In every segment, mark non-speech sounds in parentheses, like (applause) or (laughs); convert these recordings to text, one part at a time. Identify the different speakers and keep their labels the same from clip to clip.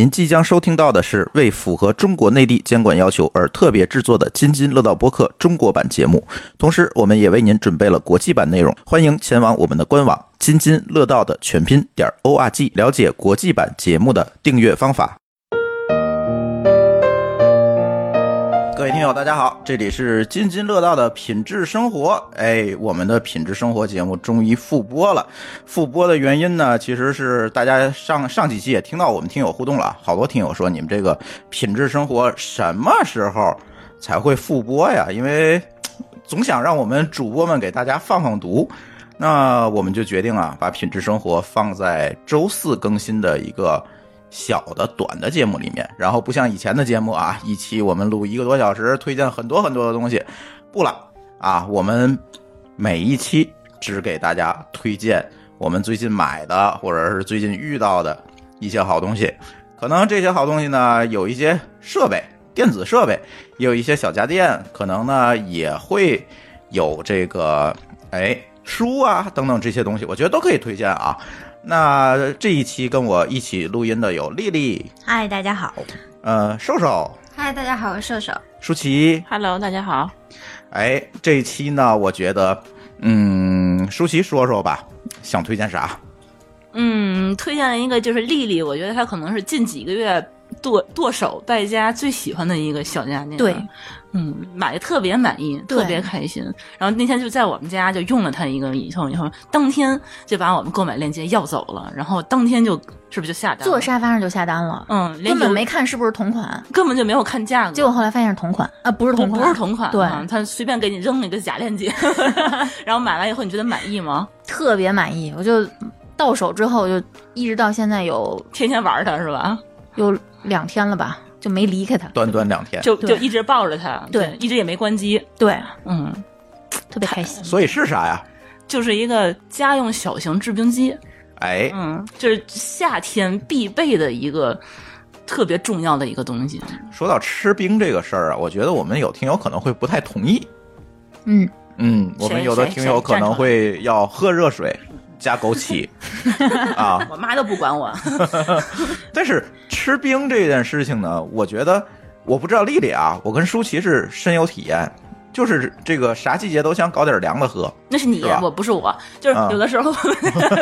Speaker 1: 您即将收听到的是为符合中国内地监管要求而特别制作的《津津乐道》播客中国版节目，同时我们也为您准备了国际版内容，欢迎前往我们的官网津津乐道的全拼点儿 o r g 了解国际版节目的订阅方法。各位听友，大家好，这里是津津乐道的品质生活。哎，我们的品质生活节目终于复播了。复播的原因呢，其实是大家上上几期也听到我们听友互动了啊，好多听友说你们这个品质生活什么时候才会复播呀？因为总想让我们主播们给大家放放毒。那我们就决定啊，把品质生活放在周四更新的一个小的短的节目里面，然后不像以前的节目啊，一期我们录一个多小时，推荐很多很多的东西，不了啊，我们每一期只给大家推荐我们最近买的或者是最近遇到的一些好东西，可能这些好东西呢，有一些设备，电子设备，也有一些小家电，可能呢也会有这个哎书啊等等这些东西，我觉得都可以推荐啊。那这一期跟我一起录音的有丽丽，
Speaker 2: 嗨，大家好。
Speaker 1: 呃，瘦瘦、
Speaker 2: 嗨，大家好，我是瘦瘦。
Speaker 1: 舒淇。
Speaker 3: Hello，大家好。
Speaker 1: 哎，这一期呢，我觉得，嗯，舒淇说说吧，想推荐啥？
Speaker 3: 嗯，推荐了一个就是丽丽，我觉得她可能是近几个月剁剁手败家最喜欢的一个小家电。啊
Speaker 2: 对，
Speaker 3: 嗯，买的特别满意，
Speaker 2: 对
Speaker 3: 特别开心。然后那天就在我们家就用了它一个以后，以后当天就把我们购买链接要走了，然后当天就是不是就下单了
Speaker 2: 坐沙发上就下单了，
Speaker 3: 嗯，连
Speaker 2: 根本
Speaker 3: 邮
Speaker 2: 没看是不是同款，
Speaker 3: 根本就没有看价格，
Speaker 2: 结果后来发现是同款啊，不是
Speaker 3: 不
Speaker 2: 同款，
Speaker 3: 不是同款，
Speaker 2: 对
Speaker 3: 啊他随便给你扔了一个假链
Speaker 2: (laughs)
Speaker 3: 接，然后买完以后你觉得满意吗？
Speaker 2: 特别满意。我就到手之后就一直到现在有
Speaker 3: 天天玩它是吧？
Speaker 2: 有两天了吧，就没离开它，
Speaker 1: 短短两天，
Speaker 3: 就就
Speaker 2: 对
Speaker 3: 一直抱着它，
Speaker 2: 对
Speaker 3: 一直也没关机，
Speaker 2: 对，
Speaker 3: 嗯。
Speaker 2: 特别开心。
Speaker 1: 所以是啥呀？
Speaker 3: 就是一个家用小型制冰机，
Speaker 1: 哎，
Speaker 3: 嗯，就是夏天必备的一个特别重要的一个东西。
Speaker 1: 说到吃冰这个事儿啊，我觉得我们有听友可能会不太同意。
Speaker 2: 嗯，
Speaker 1: 嗯，我们有的
Speaker 3: 谁
Speaker 1: 听友
Speaker 3: 谁
Speaker 1: 可能
Speaker 3: 站出来
Speaker 1: 会要喝热水加枸
Speaker 3: (laughs)
Speaker 1: 杞啊，
Speaker 3: 我妈都不管我， (laughs)
Speaker 1: 但是吃冰这件事情呢，我觉得我不知道丽丽啊，我跟舒淇是深有体验，就是这个啥季节都想搞点凉的喝。
Speaker 3: 那是你，
Speaker 1: 是吧
Speaker 3: 我不是我。就是
Speaker 1: 啊
Speaker 3: 有的时候， (laughs)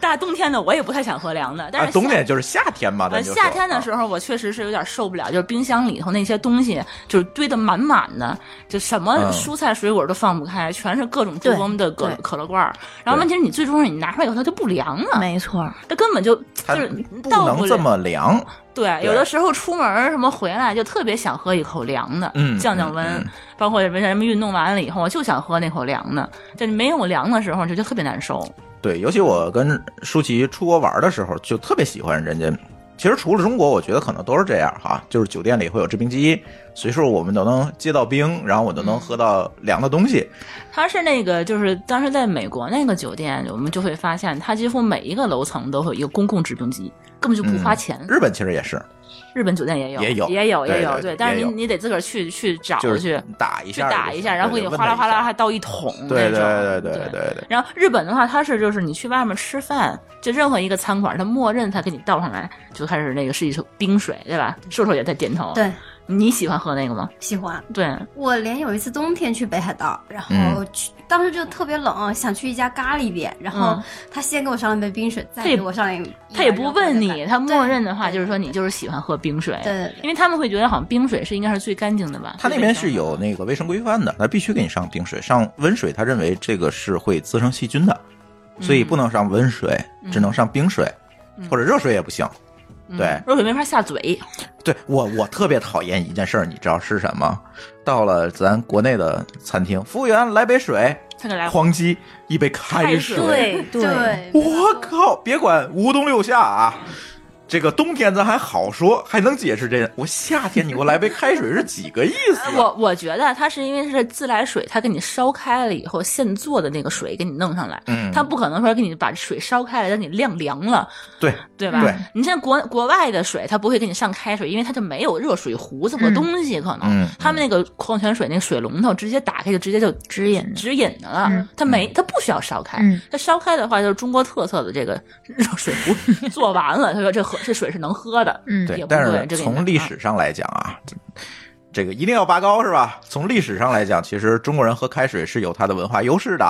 Speaker 3: 大冬天的我也不太想喝凉的，但
Speaker 1: 啊
Speaker 3: 是，夏
Speaker 1: 冬天就是啊夏天嘛，咱
Speaker 3: 呃
Speaker 1: 就
Speaker 3: 夏天的
Speaker 1: 候
Speaker 3: 时候，我确实是有点受不了，就是冰箱里头那些东西就是堆得满满的，就什么
Speaker 1: 嗯
Speaker 3: 蔬菜水果都放不开，全是各种
Speaker 2: 对
Speaker 3: 杜翁的可
Speaker 2: 对
Speaker 3: 可乐罐儿。然后问题是你最终是你拿出来以后它就不凉了，
Speaker 2: 没错，
Speaker 3: 它根本就就
Speaker 1: 它
Speaker 3: 是
Speaker 1: 不
Speaker 3: 到
Speaker 1: 能
Speaker 3: 了
Speaker 1: 这么凉，
Speaker 3: 对，
Speaker 1: 对
Speaker 3: 有的时候出门儿什么回来就特别想喝一口凉的，
Speaker 1: 嗯
Speaker 3: 降降温。
Speaker 1: 嗯嗯
Speaker 3: 包括什么什么运动完了以后，我就想喝那口凉的，就你没有凉的时候就就特别难受。
Speaker 1: 对，尤其我跟舒淇出国玩的时候，就特别喜欢人家。其实除了中国，我觉得可能都是这样哈，就是酒店里会有制冰机，随时我们都能接到冰，然后我都
Speaker 3: 嗯
Speaker 1: 能喝到凉的东西。
Speaker 3: 它是那个，就是当时在美国那个酒店，我们就会发现，它几乎每一个楼层都会有一个公共制冰机，根本就不花钱。
Speaker 1: 日本其实也是，
Speaker 3: 日本酒店也有，
Speaker 1: 嗯也
Speaker 3: 也
Speaker 1: 有
Speaker 3: 也有，
Speaker 1: 对
Speaker 3: 有，
Speaker 1: 对对
Speaker 3: 但是
Speaker 1: 也有
Speaker 3: 你你得自个儿去去找
Speaker 1: 就
Speaker 3: 去
Speaker 1: 是打一
Speaker 3: 去
Speaker 1: 下就行，
Speaker 3: 打一下，然后给
Speaker 1: 对
Speaker 3: 你
Speaker 1: 就
Speaker 3: 哗啦
Speaker 1: 问他
Speaker 3: 哗
Speaker 1: 一下
Speaker 3: 啦还倒一桶
Speaker 1: 对对
Speaker 3: 那种。
Speaker 1: 对对对
Speaker 3: 对
Speaker 1: 对对，
Speaker 3: 然后日本的话，它是就是你去外面吃饭，就任何一个餐馆，它默认它给你倒上来就开始那个是一桶冰水，对吧？瘦瘦也在点头。，
Speaker 4: 对，
Speaker 3: 你喜欢喝那个吗？
Speaker 4: 喜欢。
Speaker 3: 对，
Speaker 4: 我连有一次冬天去北海道，然后
Speaker 1: 嗯
Speaker 4: 去，当时就特别冷，想去一家咖喱店，然后
Speaker 3: 嗯
Speaker 4: 他先给我上了一杯冰水，再
Speaker 3: 他也
Speaker 4: 给我上了一杯，
Speaker 3: 他也不问你，他默认的话
Speaker 4: 对
Speaker 3: 就是说你就是喜欢喝冰水。
Speaker 4: 对对对
Speaker 3: 因为他们会觉得好像冰水是应该是最干净的吧？
Speaker 1: 他那边是有那个卫生规范的，他必须给你上冰水，上温水他认为这个是会滋生细菌的，所以不
Speaker 3: 嗯
Speaker 1: 能上温水，只能上冰水、或者热水也不行。
Speaker 3: 嗯
Speaker 1: 对
Speaker 3: 热水没法下嘴，
Speaker 1: 对，我我特别讨厌一件事儿，你知道是什么？到了咱国内的餐厅，服务员来杯水，
Speaker 3: 他给来
Speaker 1: 哐叽一杯开
Speaker 3: 开
Speaker 1: 水，
Speaker 3: 水
Speaker 2: 对
Speaker 4: 对对，
Speaker 1: 我靠，别管无冬六夏啊。这个冬天咱还好说，还能解释这。我夏天你给我来杯开水是几个意思啊？
Speaker 3: (laughs) 我我觉得它是因为是自来水，它给你烧开了以后现做的那个水给你弄上来，
Speaker 1: 嗯
Speaker 3: 它不可能说给你把水烧开了让你晾凉了，
Speaker 1: 对，
Speaker 3: 对吧？
Speaker 1: 对
Speaker 3: 你像国国外的水，它不会给你上开水，因为它就没有热水壶这么个东西，可能、
Speaker 1: 嗯
Speaker 3: 他们那个矿泉水那个水龙头直接打开就直接就
Speaker 2: 指引的
Speaker 3: 直饮的了，
Speaker 2: 嗯
Speaker 3: 它没它不需要烧开，
Speaker 2: 嗯
Speaker 3: 它烧开的话就是中国特色的这个热水壶 (laughs) 做完了，他说这喝水这水是能喝的，
Speaker 2: 嗯，
Speaker 1: 对
Speaker 3: 也，不
Speaker 1: 但
Speaker 3: 对
Speaker 1: 是
Speaker 3: 这个
Speaker 1: 从
Speaker 3: 也
Speaker 1: 历
Speaker 3: 啊
Speaker 1: 史上来讲啊，这个一定要拔高是吧？从历史上来讲，其实中国人喝开水是有它的文化优势的，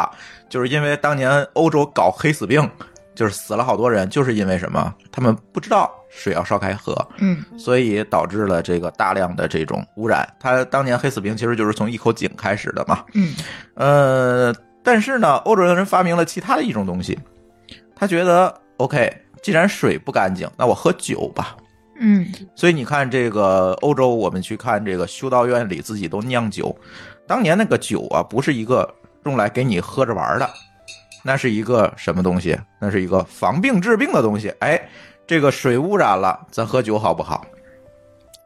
Speaker 1: 就是因为当年欧洲搞黑死病，就是死了好多人，就是因为什么？他们不知道水要烧开喝，
Speaker 2: 嗯
Speaker 1: 所以导致了这个大量的这种污染。它当年黑死病其实就是从一口井开始的嘛。
Speaker 2: 嗯
Speaker 1: 呃，但是呢，欧洲人发明了其他的一种东西，他觉得 OK，既然水不干净，那我喝酒吧。
Speaker 2: 嗯
Speaker 1: 所以你看，这个欧洲，我们去看这个修道院里自己都酿酒。当年那个酒啊，不是一个用来给你喝着玩儿的，那是一个什么东西？那是一个防病治病的东西。哎，这个水污染了，咱喝酒好不好？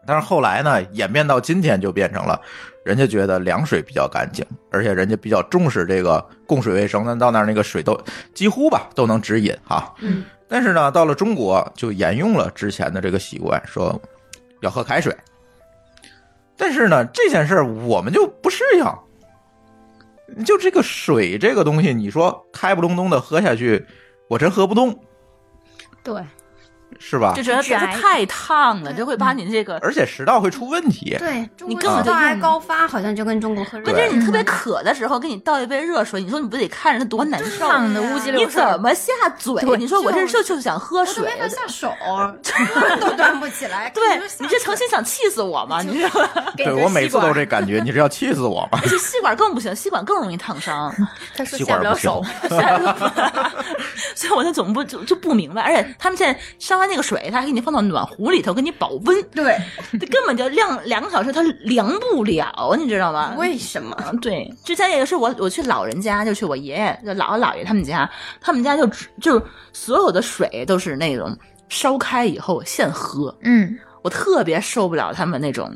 Speaker 1: 但是后来呢，演变到今天就变成了，人家觉得凉水比较干净，而且人家比较重视这个供水卫生。那到那儿那个水都几乎吧都能直饮哈、
Speaker 4: 嗯
Speaker 1: 但是呢，到了中国就沿用了之前的这个习惯，说要喝开水。但是呢，这件事儿我们就不适应。就这个水这个东西，你说开不隆咚的喝下去，我真喝不动，
Speaker 2: 对，
Speaker 1: 是吧
Speaker 3: 就？觉得
Speaker 2: 致
Speaker 3: 这
Speaker 2: 癌
Speaker 3: 太烫了，就会把你这个，
Speaker 1: 而且食道会出问题。
Speaker 4: 对，中
Speaker 3: 你
Speaker 4: 国
Speaker 3: 根本
Speaker 4: 食
Speaker 3: 就
Speaker 4: 道癌
Speaker 3: 用
Speaker 4: 高发好像就跟中国喝热嗯
Speaker 1: 对
Speaker 3: 嗯关键
Speaker 4: 水
Speaker 3: 是你特别渴的时候，给你倒一杯热水，你说你不得看着它多难受？
Speaker 2: 烫的乌鸡
Speaker 3: 你
Speaker 2: 溜丝儿
Speaker 3: 怎么下嘴？
Speaker 2: 嗯对
Speaker 3: 你说我这就就想喝
Speaker 4: 我都
Speaker 3: 水
Speaker 4: 没，法下手，
Speaker 3: (laughs)
Speaker 4: 端都端不起来。
Speaker 3: 对
Speaker 4: 根本就下
Speaker 3: 你这
Speaker 4: 手
Speaker 3: 诚心想气死我吗？你这
Speaker 1: 对我每次都这感觉，你是要气死
Speaker 4: (laughs)
Speaker 1: 我吗？
Speaker 3: 这吸管更不行，吸管更容易烫伤。 (laughs)
Speaker 2: 他说
Speaker 1: 吸
Speaker 2: 下
Speaker 1: 管
Speaker 2: 不
Speaker 1: 不
Speaker 2: 了
Speaker 1: 行
Speaker 2: 手，，
Speaker 3: 所以我在总部就就不明白，而且他们现在烧完那个水，他还给你放到暖壶里头给你保温，
Speaker 4: 对，
Speaker 3: 这根本就晾两个小时，它凉不了，你知道吗？
Speaker 4: 为什么？
Speaker 3: 嗯，对，之前也是我我去老人家，就去我爷爷、就姥姥姥爷他们家，他们家就只就所有的水都是那种烧开以后现喝，
Speaker 2: 嗯。
Speaker 3: 我特别受不了他们那种，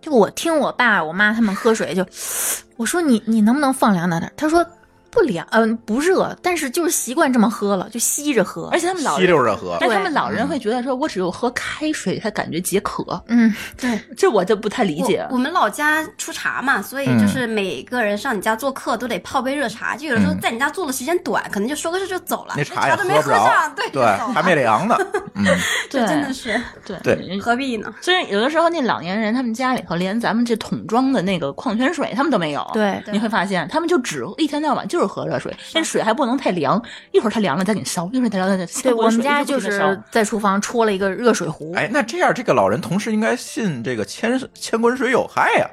Speaker 2: 就我听我爸我妈他们喝水就， (sniffs) 我说你你能不能放凉点点？他说不凉，嗯、不热，但是就是习惯这么喝了，就吸着喝
Speaker 3: 而。且他们老
Speaker 1: 吸
Speaker 3: 人，
Speaker 1: 溜着嗯喝。
Speaker 3: 但
Speaker 2: 对
Speaker 3: 他们老人会觉得说，我只有喝开水才感觉解渴，
Speaker 2: 嗯，
Speaker 4: 对，
Speaker 3: 这我就不太理解
Speaker 4: 我。我们老家出茶嘛，所以
Speaker 1: 嗯
Speaker 4: 就是每个人上你家做客都得泡杯热茶，就有的时候在你家坐的时间短，可能就说个事就走了，
Speaker 1: 嗯那茶也
Speaker 4: 都没
Speaker 1: 喝不
Speaker 4: 喝
Speaker 1: 着
Speaker 4: 上，，对
Speaker 1: 对，还没凉呢。嗯，
Speaker 4: 这真的
Speaker 3: 是
Speaker 4: 是
Speaker 3: 对
Speaker 1: 对
Speaker 4: 何必呢？
Speaker 3: 所以有的时候那老年人他们家里头连咱们这桶装的那个矿泉水他们都没有。。
Speaker 2: 对，
Speaker 4: 对
Speaker 3: 你会发现，他们就只一天到晚就是喝热水，但水还不能太凉，一会儿它凉了再给你烧，一会儿它凉了再
Speaker 2: (laughs)
Speaker 3: (laughs)
Speaker 2: 对我们家
Speaker 3: 就
Speaker 2: 就是在厨房戳了一个热水壶，
Speaker 1: 哎，那这样这个老人同时应该信这个千千滚水有害啊呀、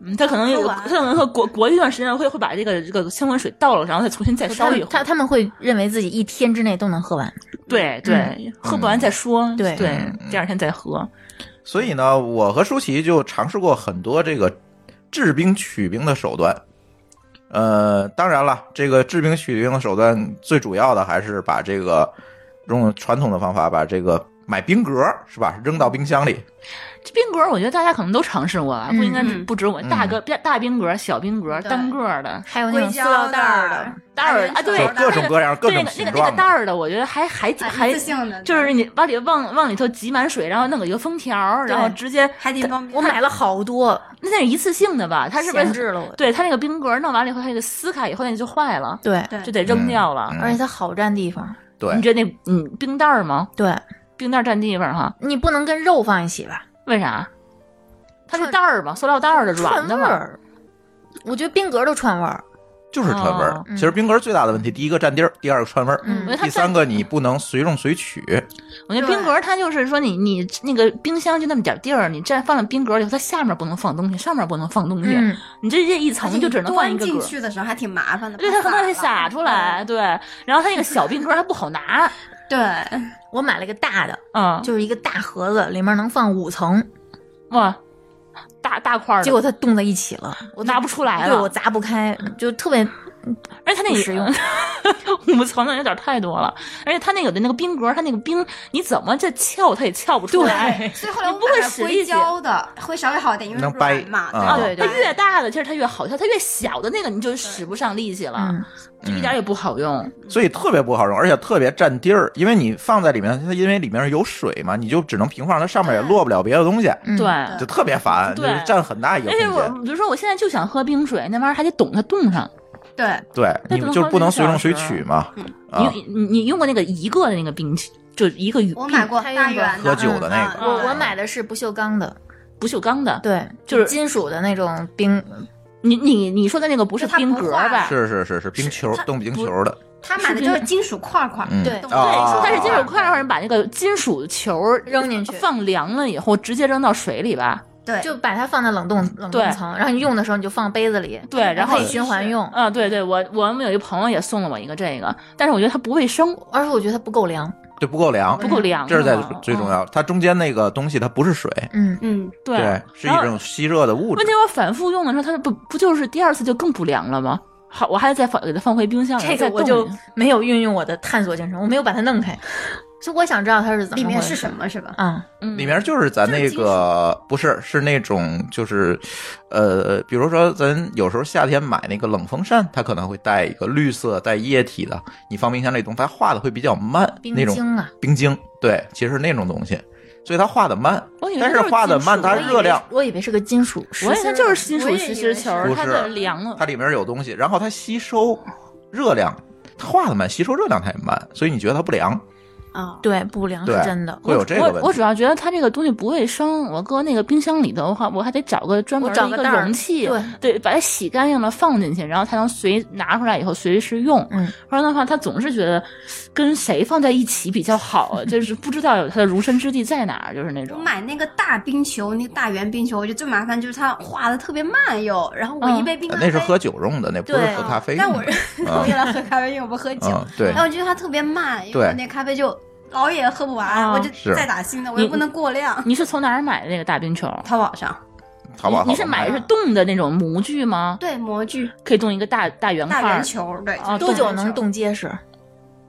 Speaker 3: 嗯，他可能有，
Speaker 4: 喝完
Speaker 3: 他可能会过过一段时间会会把这个这个香温水倒了，然后再重新再
Speaker 2: 他
Speaker 3: 烧一
Speaker 2: 们
Speaker 3: 会
Speaker 2: 他
Speaker 3: 儿。
Speaker 2: 他们会认为自己一天之内都能喝完。
Speaker 3: 对对，喝不完再说。
Speaker 2: 对
Speaker 3: 对
Speaker 1: 嗯，
Speaker 3: 第二天再喝。
Speaker 1: 所以呢，我和舒淇就尝试过很多这个治病取病的手段。呃，当然了，这个治病取病的手段最主要的还是把这个用传统的方法把这个买冰格儿是吧，扔到冰箱里。
Speaker 3: 这冰格儿，我觉得大家可能都尝试过吧，不应该
Speaker 4: 嗯
Speaker 3: 不止我。大个大冰格儿、小冰格儿、
Speaker 4: 对
Speaker 3: 单个儿的
Speaker 2: (laughs) 还有那哎种塑料袋儿的，
Speaker 3: 袋儿啊，对
Speaker 1: 就，各种各样各
Speaker 3: 对那
Speaker 1: 种
Speaker 3: 个那
Speaker 1: 形
Speaker 3: 个那
Speaker 1: 状
Speaker 3: 个
Speaker 1: 的
Speaker 3: 袋儿的，我觉得还还
Speaker 4: 啊
Speaker 3: 还
Speaker 4: 一次性的，
Speaker 3: 就是你把里往往里头挤满水，然后弄个一个封条儿，然后
Speaker 2: 对
Speaker 3: 直接
Speaker 4: 海底捞面，
Speaker 2: (laughs) 我买了好 (laughs) 多，
Speaker 3: 那那是一次性的吧？它是不
Speaker 2: 闲
Speaker 3: 是？
Speaker 2: 置了我。
Speaker 3: 对，它那个冰格儿弄完了以后，它那个撕开以后，那就坏了。
Speaker 2: 对，
Speaker 4: 对
Speaker 3: 就得扔掉了。
Speaker 1: 嗯
Speaker 2: 而且它好占地方。
Speaker 3: 你
Speaker 1: 对，
Speaker 3: 觉得那嗯冰袋儿吗？
Speaker 2: 对
Speaker 3: 冰袋儿占地方哈？
Speaker 2: 你不能跟肉放一起吧？
Speaker 3: 为啥？它是袋儿嘛，塑料袋儿的软
Speaker 2: 串味
Speaker 3: 的嘛。
Speaker 2: 儿，我觉得冰格都串味儿。
Speaker 1: 就是串味儿
Speaker 3: 哦。
Speaker 2: 嗯
Speaker 1: 其实冰格儿最大的问题，第一个占地儿，第二个串味儿，
Speaker 3: 我
Speaker 2: 嗯
Speaker 3: 觉得它
Speaker 1: 第三
Speaker 3: 占，
Speaker 1: 个你不能随用随取。
Speaker 3: 我觉得冰格儿它就是说你你那个冰箱就那么点儿地儿，你占放了冰格儿以后，它下面不能放东西，上面不能放东西，
Speaker 2: 嗯，
Speaker 3: 你这这一层就只能放一
Speaker 4: 端
Speaker 3: 个
Speaker 4: 进
Speaker 3: 格儿。
Speaker 4: 去的时候还挺麻烦的，
Speaker 3: 对，它可能会洒
Speaker 4: 洒
Speaker 3: 出
Speaker 2: 嗯
Speaker 3: 来，。对。然后它那个小冰格儿还不好拿，
Speaker 4: 嗯对，
Speaker 2: 我买了一个大的，
Speaker 3: 嗯，
Speaker 2: 就是一个大盒子，里面能放五层，
Speaker 3: 哇，大大块儿的，
Speaker 2: 结果它冻在一起了，
Speaker 3: 我拿不出来
Speaker 2: 对
Speaker 3: 了。
Speaker 2: 我砸不开，就特别
Speaker 3: 而且它那
Speaker 2: 不实用，
Speaker 3: (laughs) 五层的有点太多了。而且它那有的那个冰格，它那个冰你怎么这撬它也撬不出 (laughs) 来。
Speaker 4: 所以后来我
Speaker 3: 你不会
Speaker 4: 买了
Speaker 3: 使
Speaker 4: 硅
Speaker 3: 力气
Speaker 4: 胶的，会稍微好一点，因为
Speaker 1: 能
Speaker 4: 软
Speaker 1: 掰
Speaker 4: 嘛。
Speaker 1: 啊
Speaker 2: 对
Speaker 3: 它越大的其实它越好撬，它越小的那个你就使不上力气了，
Speaker 2: 嗯，
Speaker 3: 就一点也不好用。
Speaker 1: 所以特别不好用，而且特别占地儿，因为你放在里面，它因为里面有水嘛，你就只能平放，它上面也落不了别的东西，
Speaker 2: 嗯
Speaker 3: 对。
Speaker 1: 就特别烦，就
Speaker 3: 对
Speaker 1: 是占很大一个
Speaker 3: 而
Speaker 1: 嗯空
Speaker 3: 且我
Speaker 1: 间。
Speaker 3: 比如说我现在就想喝冰水，那玩意儿还得懂它冻上。
Speaker 4: 对，
Speaker 1: 对，
Speaker 3: 那
Speaker 1: 你
Speaker 3: 只能
Speaker 1: 就不能
Speaker 3: 放
Speaker 1: 随
Speaker 3: 一个
Speaker 1: 用
Speaker 3: 小时嗯
Speaker 1: 随取嘛。啊，
Speaker 3: 你你你用过那个一个的那个冰器就一个雨
Speaker 4: 我
Speaker 3: 碧
Speaker 4: 买过
Speaker 2: 它
Speaker 4: 大
Speaker 2: 用
Speaker 4: 圆
Speaker 2: 过
Speaker 4: 的
Speaker 1: 喝酒的那个
Speaker 4: 嗯嗯
Speaker 2: 我我买的是不锈钢的，
Speaker 3: 不锈钢的，
Speaker 2: 对，
Speaker 3: 就是
Speaker 2: 金属的那种冰，
Speaker 3: 你你你说的那个不是
Speaker 4: 就它
Speaker 3: 冰
Speaker 4: 不
Speaker 3: 格
Speaker 4: 化
Speaker 3: 吧？
Speaker 1: 是是是是冰球
Speaker 4: 它
Speaker 1: 冻冰球的，
Speaker 4: 他买的就是金属块块，
Speaker 1: 嗯
Speaker 2: 对
Speaker 1: 啊
Speaker 4: 懂不
Speaker 1: 啊啊
Speaker 4: 懂
Speaker 3: 它是金属
Speaker 1: 啊
Speaker 3: 块，让人把那个金属球儿
Speaker 2: 扔进去
Speaker 3: 放凉了以后直接扔到水里吧。
Speaker 4: 对，
Speaker 2: 就把它放在冷冻冷
Speaker 3: 对
Speaker 2: 冻层，然后你用的时候你就放杯子里，
Speaker 3: 对然后
Speaker 2: 可以循环用。
Speaker 3: 啊，对对，我我们有一朋友也送了我一个这个，但是我觉得它不卫生，
Speaker 2: 而且我觉得它不够凉，
Speaker 1: 就不够凉
Speaker 3: 不，够凉。
Speaker 1: 这是在
Speaker 3: 嗯
Speaker 1: 最重。
Speaker 3: 嗯
Speaker 1: 要。它中间那个东西它不是水，
Speaker 2: 嗯，
Speaker 4: 嗯，
Speaker 1: 对
Speaker 3: 对，，
Speaker 1: 是一
Speaker 3: 然后
Speaker 1: 种吸热的物质
Speaker 3: 问。题我反复用的时候，它就不不就是第二次就更不凉了吗？好，我还得再放给它放回冰箱里，
Speaker 2: 这
Speaker 3: 再
Speaker 2: 个我
Speaker 3: 啊冻
Speaker 2: 就
Speaker 3: 一下
Speaker 2: 没有运用我的探索精神，我没有把它弄开，所以我想知道它是怎么
Speaker 5: 里面
Speaker 2: 回
Speaker 5: 是
Speaker 2: 事
Speaker 5: 什么是吧？
Speaker 2: 啊？
Speaker 3: 嗯
Speaker 1: 里面就是咱那个不是是那种就是，呃，比如说咱有时候夏天买那个冷风扇，它可能会带一个绿色带液体的，你放冰箱里冻，它化的会比较慢，
Speaker 2: 冰
Speaker 1: 那种
Speaker 2: 晶啊，
Speaker 1: 冰晶，对，其实是那种东西，所以它化的慢
Speaker 3: 我以，为
Speaker 1: 但
Speaker 3: 它
Speaker 1: 是
Speaker 3: 是
Speaker 1: 化的
Speaker 3: 金
Speaker 1: 慢，
Speaker 3: 属
Speaker 1: 它
Speaker 3: 我以
Speaker 1: 热量
Speaker 2: 我以为是个金属石芯
Speaker 3: 我
Speaker 2: 儿
Speaker 3: 以
Speaker 2: 的，
Speaker 3: 为它就是金
Speaker 5: 我
Speaker 3: 属
Speaker 5: 也
Speaker 3: 实
Speaker 5: 以
Speaker 3: 心
Speaker 5: 为
Speaker 3: 球
Speaker 5: 是
Speaker 3: 儿，
Speaker 1: 不
Speaker 3: 它
Speaker 1: 是
Speaker 3: 的凉了
Speaker 1: 它。里面有东西，然后它吸收热量，它化的慢，吸收热量太慢，所以你觉得它不凉，
Speaker 4: 啊，
Speaker 2: 对不良是
Speaker 1: 对
Speaker 2: 真的，，
Speaker 1: 会有这个
Speaker 3: 我我
Speaker 1: 问
Speaker 3: 主
Speaker 1: 题。
Speaker 3: 要觉得它这个东西不卫生，我搁那个冰箱里头的话，我还得找个专门
Speaker 2: 我找
Speaker 3: 的一
Speaker 2: 个
Speaker 3: 个
Speaker 2: 袋儿
Speaker 3: 容器，
Speaker 2: 对
Speaker 3: 对，把它洗干净了放进去，然后才能随拿出来以后随时用。
Speaker 2: 嗯，
Speaker 3: 不然的话，他总是觉得跟谁放在一起比较好，啊就是不知道有他的容身之地在哪儿，就是那
Speaker 4: 我
Speaker 3: 种。
Speaker 4: 买那个大冰球，那个大圆冰球，我觉得最麻烦就是它化的特别慢又，然后我
Speaker 3: 嗯
Speaker 4: 一杯冰咖
Speaker 1: 啊
Speaker 4: 啡，
Speaker 1: 那是喝酒用的，那不是
Speaker 2: 对
Speaker 1: 喝
Speaker 3: 啊
Speaker 1: 咖啡
Speaker 4: 但
Speaker 1: 用
Speaker 4: 我
Speaker 1: 的。
Speaker 4: 我用来喝咖 (laughs) 啡，因为我不喝酒
Speaker 1: 嗯，对
Speaker 3: (laughs)
Speaker 4: 然后我觉得它特别慢，因
Speaker 1: 对
Speaker 4: 为我那咖啡就老也喝不完，
Speaker 3: 啊
Speaker 4: 我就是再打新的，我又
Speaker 3: 你
Speaker 4: 不能过量。
Speaker 3: 你是从哪儿买的那个大冰球？
Speaker 4: 淘宝上，
Speaker 1: 淘宝
Speaker 3: 你你是
Speaker 1: 好
Speaker 3: 买的
Speaker 1: 的
Speaker 3: 是冻的那种模具吗？
Speaker 4: 对模具
Speaker 3: 可以冻一个大大圆块
Speaker 4: 大圆
Speaker 3: 儿。
Speaker 4: 哦球，对
Speaker 3: 啊，
Speaker 2: 多久能
Speaker 4: 冻？
Speaker 2: 冻结实？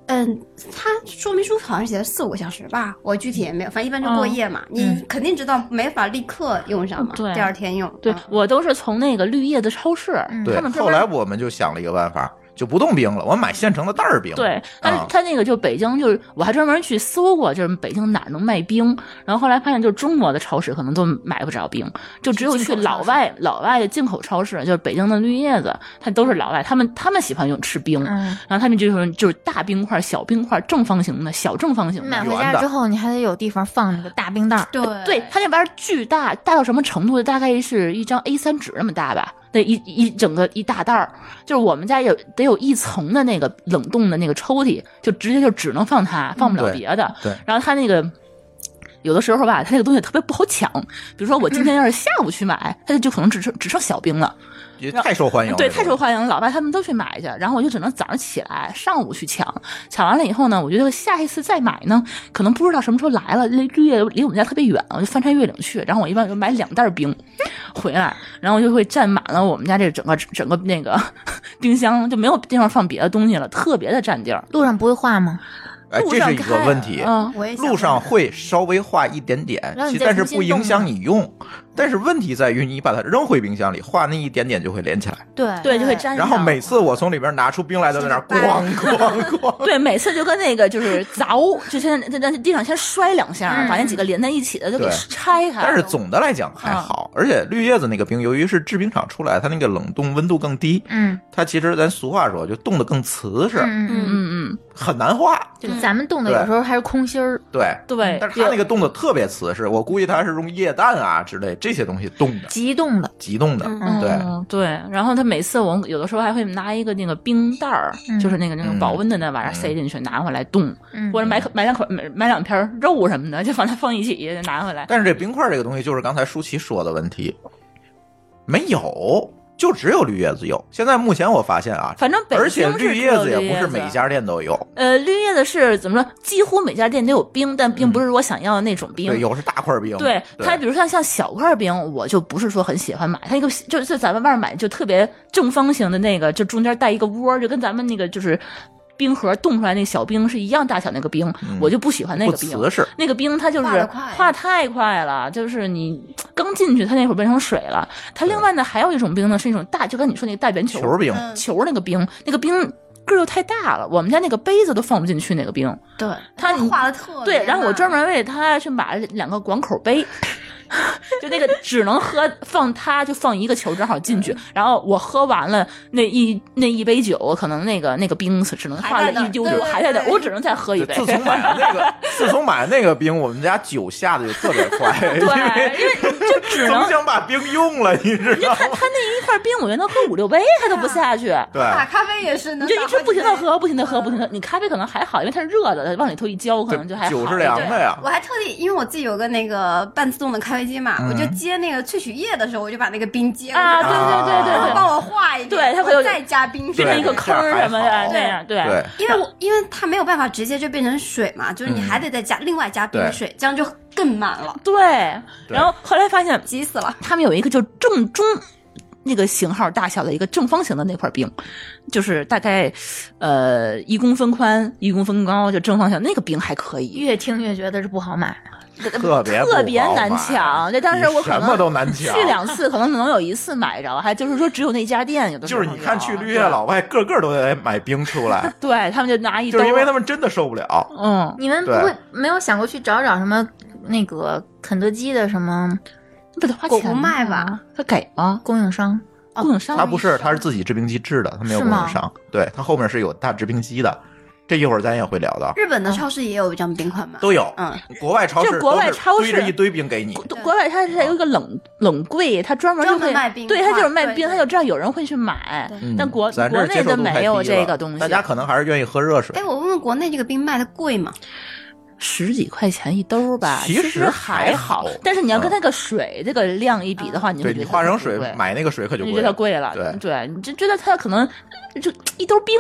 Speaker 4: 嗯，它说明书好像写的四五个小时吧，我具体也没有，反正一般就过夜嘛。你肯定知道没法立刻用上嘛，
Speaker 3: 对
Speaker 4: 嗯第二天用。
Speaker 3: 对
Speaker 4: 嗯
Speaker 3: 我都是从那个绿叶的超市，
Speaker 2: 嗯
Speaker 1: 对
Speaker 3: 他们，专
Speaker 1: 后
Speaker 3: 门
Speaker 1: 来我们就想了一个办法，就不冻冰了，我们买现成的袋儿冰。
Speaker 3: 对，但是
Speaker 1: 啊
Speaker 3: 他那个就北京，就是我还专门去搜过，就是北京哪儿能卖冰，然后后来发现，就是中国的超市可能都买不着冰，就只有去老外老外的进口超市，就是北京的绿叶子，它都是老外，他们他们喜欢用吃冰，
Speaker 2: 嗯，
Speaker 3: 然后他们就是就是大冰块、小冰块、正方形的、小正方形
Speaker 1: 嗯
Speaker 2: 买
Speaker 3: 的。
Speaker 2: 回家之后你还得有地方放那个大冰袋儿，
Speaker 4: 对
Speaker 3: 对，它那玩意儿巨大，大到什么程度？大概是一张 A 三纸那么大吧，那一一整个一大袋儿，就是我们家有得有一层的那个冷冻的那个抽屉，就直接就只能放它，放不了
Speaker 1: 嗯对
Speaker 3: 别的。
Speaker 1: 对
Speaker 3: 然后它那个。有的时候吧，它那个东西特别不好抢。比如说，我今天要是下午去买，它就可能只剩只剩小冰了。
Speaker 1: 也太受欢迎了，
Speaker 3: 对，
Speaker 1: 哦这
Speaker 3: 太
Speaker 1: 种
Speaker 3: 受欢迎了，老外他们都去买去，然后我就只能早上起来，上午去抢，抢完了以后呢，我觉得下一次再买呢，可能不知道什么时候来了，那绿叶离我们家特别远，我就翻山越岭去，然后我一般就买两袋儿
Speaker 1: (laughs)
Speaker 3: 冰回来，然后就会占满了我们家这整个整个那个 (laughs) 冰箱，就没有地方放别的东西了，特别的占地儿。
Speaker 2: 路上不会化吗？
Speaker 1: 哎，
Speaker 3: 路
Speaker 1: 这
Speaker 3: 上
Speaker 1: 是一个
Speaker 3: 开
Speaker 1: 问题。
Speaker 3: 嗯，
Speaker 4: 我也想
Speaker 1: 路上会稍微化一点点
Speaker 2: 然，后
Speaker 1: 其实
Speaker 2: 你再
Speaker 1: 但是
Speaker 2: 重新
Speaker 1: 不影
Speaker 2: 冻
Speaker 1: 响
Speaker 2: 嘛
Speaker 1: 你用。但是问题在于，你把它扔回冰箱里，化那一点点就会连起来。
Speaker 2: 对
Speaker 3: 对，就会粘上。
Speaker 1: 然后每次我从里边拿出冰来，都在那儿
Speaker 4: 是吧
Speaker 1: 咣咣咣。
Speaker 3: 对，每次就跟那个就是凿，就先在在地上先摔两下，把那几个连在一起的就给
Speaker 1: 对
Speaker 3: 拆开。
Speaker 1: 但是总的来讲还
Speaker 3: 嗯
Speaker 1: 好，而且绿叶子那个冰，由于是制冰厂出来，它那个冷冻温度更低，
Speaker 2: 嗯
Speaker 1: 它其实咱俗话说就冻得更瓷实，
Speaker 2: 嗯嗯，
Speaker 4: 嗯，
Speaker 3: 嗯嗯，
Speaker 1: 很难化。
Speaker 2: 对，咱们冻的有时候还是空心儿，
Speaker 1: 对，嗯
Speaker 3: 对，
Speaker 1: 但是它那个冻得特别瓷实，我估计它是用液氮啊之类这些东西冻的，
Speaker 2: 急冻的，
Speaker 1: 急冻的。
Speaker 4: 嗯
Speaker 1: 对
Speaker 3: 嗯对，然后他每次我有的时候还会拿一个那个冰袋儿，
Speaker 2: 嗯
Speaker 3: 就是那个那个
Speaker 1: 嗯
Speaker 3: 保温的那玩意儿
Speaker 1: 嗯
Speaker 3: 塞进去，拿回来冻，
Speaker 2: 嗯
Speaker 3: 或者买买两口买买两片儿肉什么的，就把它放一起拿回来。
Speaker 1: 但是这冰块这个东西，就是刚才舒淇说的问题，没有，就只有绿叶子有。现在目前我发现啊，
Speaker 3: 反正北
Speaker 1: 而且
Speaker 3: 京是
Speaker 1: 绿
Speaker 3: 只
Speaker 1: 叶
Speaker 3: 有
Speaker 1: 子也不是
Speaker 3: 子
Speaker 1: 每家店都有，
Speaker 3: 呃，绿叶子是怎么说？几乎每家店都有冰，但并不是我想要的那种冰。
Speaker 1: 对，有是大块冰，
Speaker 3: 对它，比
Speaker 1: 对
Speaker 3: 如像像小块冰，我就不是说很喜欢买。它一个就是咱们外面买就特别正方形的那个，就中间带一个窝儿，就跟咱们那个就是冰盒冻出来那小冰是一样大小那个冰，我就不喜欢那
Speaker 1: 不
Speaker 3: 个冰。
Speaker 1: 瓷实。
Speaker 3: 那个冰它就是
Speaker 4: 化得快
Speaker 3: 化太快了，就是你刚进去，它那会儿变成水了。它另外呢，还有一种冰呢，是一种大，就跟你说那个大圆球
Speaker 1: 球冰，
Speaker 4: 嗯
Speaker 3: 球那个冰，那个冰个儿又太大了，我们家那个杯子都放不进去那个冰。
Speaker 4: 对，
Speaker 3: 它
Speaker 4: 画的特别
Speaker 3: 哦对，然后我专
Speaker 4: 慢
Speaker 3: 门为它去买了两个广口杯。就那个只能喝放它就放一个球，正好进去。然后我喝完了那一那一杯酒，可能那个那个冰只能化了一丢丢，
Speaker 4: 还在那儿
Speaker 3: 还在那
Speaker 4: 对对
Speaker 3: 儿，
Speaker 4: 对
Speaker 3: 我只能再喝一杯。
Speaker 1: 自从买了那
Speaker 3: (laughs)
Speaker 1: 个，自从买了那个冰，我们家酒下的就特别快，
Speaker 3: 对，因为就只能
Speaker 1: 总想把冰用了，你知道吗？
Speaker 3: 他那一块冰，我原来喝五六杯，他都不下去。
Speaker 1: 对，
Speaker 4: 打咖啡也是
Speaker 3: 你
Speaker 4: 能
Speaker 3: 就一直不停的
Speaker 4: 打好几杯
Speaker 3: 喝，不停的喝，不停的。你咖啡可能还好，因为它是热的，往里头一浇，可能就还好。
Speaker 1: 酒是凉的呀。
Speaker 4: 我还特地，因为我自己有个那个半自动的咖啡机嘛，我
Speaker 1: 嗯
Speaker 4: 就接那个萃取液的时候，我就把那个冰接过去，
Speaker 3: 啊，
Speaker 4: 然
Speaker 3: 对
Speaker 4: 后
Speaker 3: 对对
Speaker 4: 然
Speaker 3: 对
Speaker 4: 后
Speaker 3: 对，
Speaker 4: 帮我化一
Speaker 3: 对
Speaker 4: 遍，
Speaker 3: 它会有
Speaker 4: 我再加冰
Speaker 3: 变
Speaker 4: 水
Speaker 1: 对
Speaker 3: 成一个坑儿什么的，哎
Speaker 1: 对
Speaker 3: 那样对
Speaker 1: 对，
Speaker 4: 因为我因为它没有办法直接就变成水嘛，就是你
Speaker 1: 嗯
Speaker 4: 还得再加另外加冰
Speaker 1: 对
Speaker 4: 水，这样就更满了，
Speaker 3: 对。然后后来发现
Speaker 4: 急死了。
Speaker 3: 他们有一个就正中那个型号大小的一个正方形的那块冰，就是大概呃一公分宽、一公分高，就正方形那个冰还可以，
Speaker 2: 越听越觉得是不好买。
Speaker 1: 特别
Speaker 3: 特
Speaker 1: 不
Speaker 3: 别
Speaker 1: 好
Speaker 3: 难
Speaker 1: 买
Speaker 3: 抢。对，当时
Speaker 1: 你
Speaker 3: 我可
Speaker 1: 什
Speaker 3: 能
Speaker 1: 么都难抢
Speaker 3: 去两次，可能能有一次买着，还就是说只有那家店有的时
Speaker 1: 就
Speaker 3: 候
Speaker 1: 是你看
Speaker 3: 有，
Speaker 1: 去绿叶老外，个个都得买冰出来
Speaker 3: (laughs) 对他们就拿一
Speaker 1: 就
Speaker 3: 兜，
Speaker 1: 是因为他们真的受不了。
Speaker 3: 嗯，
Speaker 2: 你们不
Speaker 1: 对
Speaker 2: 会没有想过去找找什么那个肯德基的什么
Speaker 3: 不得花
Speaker 4: 狗
Speaker 3: 钱
Speaker 4: 不卖
Speaker 3: 吗
Speaker 4: 吧？
Speaker 3: 他给吗？
Speaker 2: 供应商？
Speaker 3: 供应商
Speaker 1: 他不是，他是自己制冰机制的，他没有
Speaker 2: 是
Speaker 1: 供应
Speaker 2: 吗
Speaker 1: 商。对他后面是有大制冰机的，这一会儿咱也会聊到，
Speaker 4: 日本的超市也有这样冰块吗？
Speaker 1: 嗯都有。
Speaker 4: 嗯，
Speaker 1: 国外超市
Speaker 3: 就国外
Speaker 1: 都是
Speaker 3: 超市
Speaker 1: 堆着一堆冰给你，
Speaker 4: 对
Speaker 3: 国外它是有一个冷冷柜，它专门就
Speaker 4: 专门
Speaker 3: 会
Speaker 4: 卖冰
Speaker 3: 对，它
Speaker 4: 块
Speaker 3: 就是卖
Speaker 4: 对
Speaker 3: 冰，
Speaker 4: 对
Speaker 3: 它就知道有人会去买
Speaker 4: 对。
Speaker 1: 嗯
Speaker 3: 但国
Speaker 1: 咱这
Speaker 3: 国
Speaker 1: 儿接
Speaker 3: 内
Speaker 1: 受
Speaker 3: 的
Speaker 1: 度太
Speaker 3: 没有
Speaker 1: 低了
Speaker 3: 这个东西，
Speaker 1: 大家可能还是愿意喝热水
Speaker 4: 哎，。我问问国内这个冰卖的贵吗？
Speaker 3: 十几块钱一兜儿吧，
Speaker 1: 其
Speaker 3: 其
Speaker 1: 实还
Speaker 3: 还
Speaker 1: 好
Speaker 3: 但是你要
Speaker 1: 嗯
Speaker 3: 跟那个水这个量一比的话，你
Speaker 1: 对
Speaker 3: 会觉
Speaker 1: 你
Speaker 3: 得
Speaker 1: 化
Speaker 3: 它
Speaker 1: 成
Speaker 3: 不
Speaker 1: 水
Speaker 3: 贵
Speaker 1: 买那个水可就
Speaker 3: 你
Speaker 1: 贵
Speaker 3: 觉得贵了，
Speaker 1: 对
Speaker 3: 你就觉得它可能就一兜冰，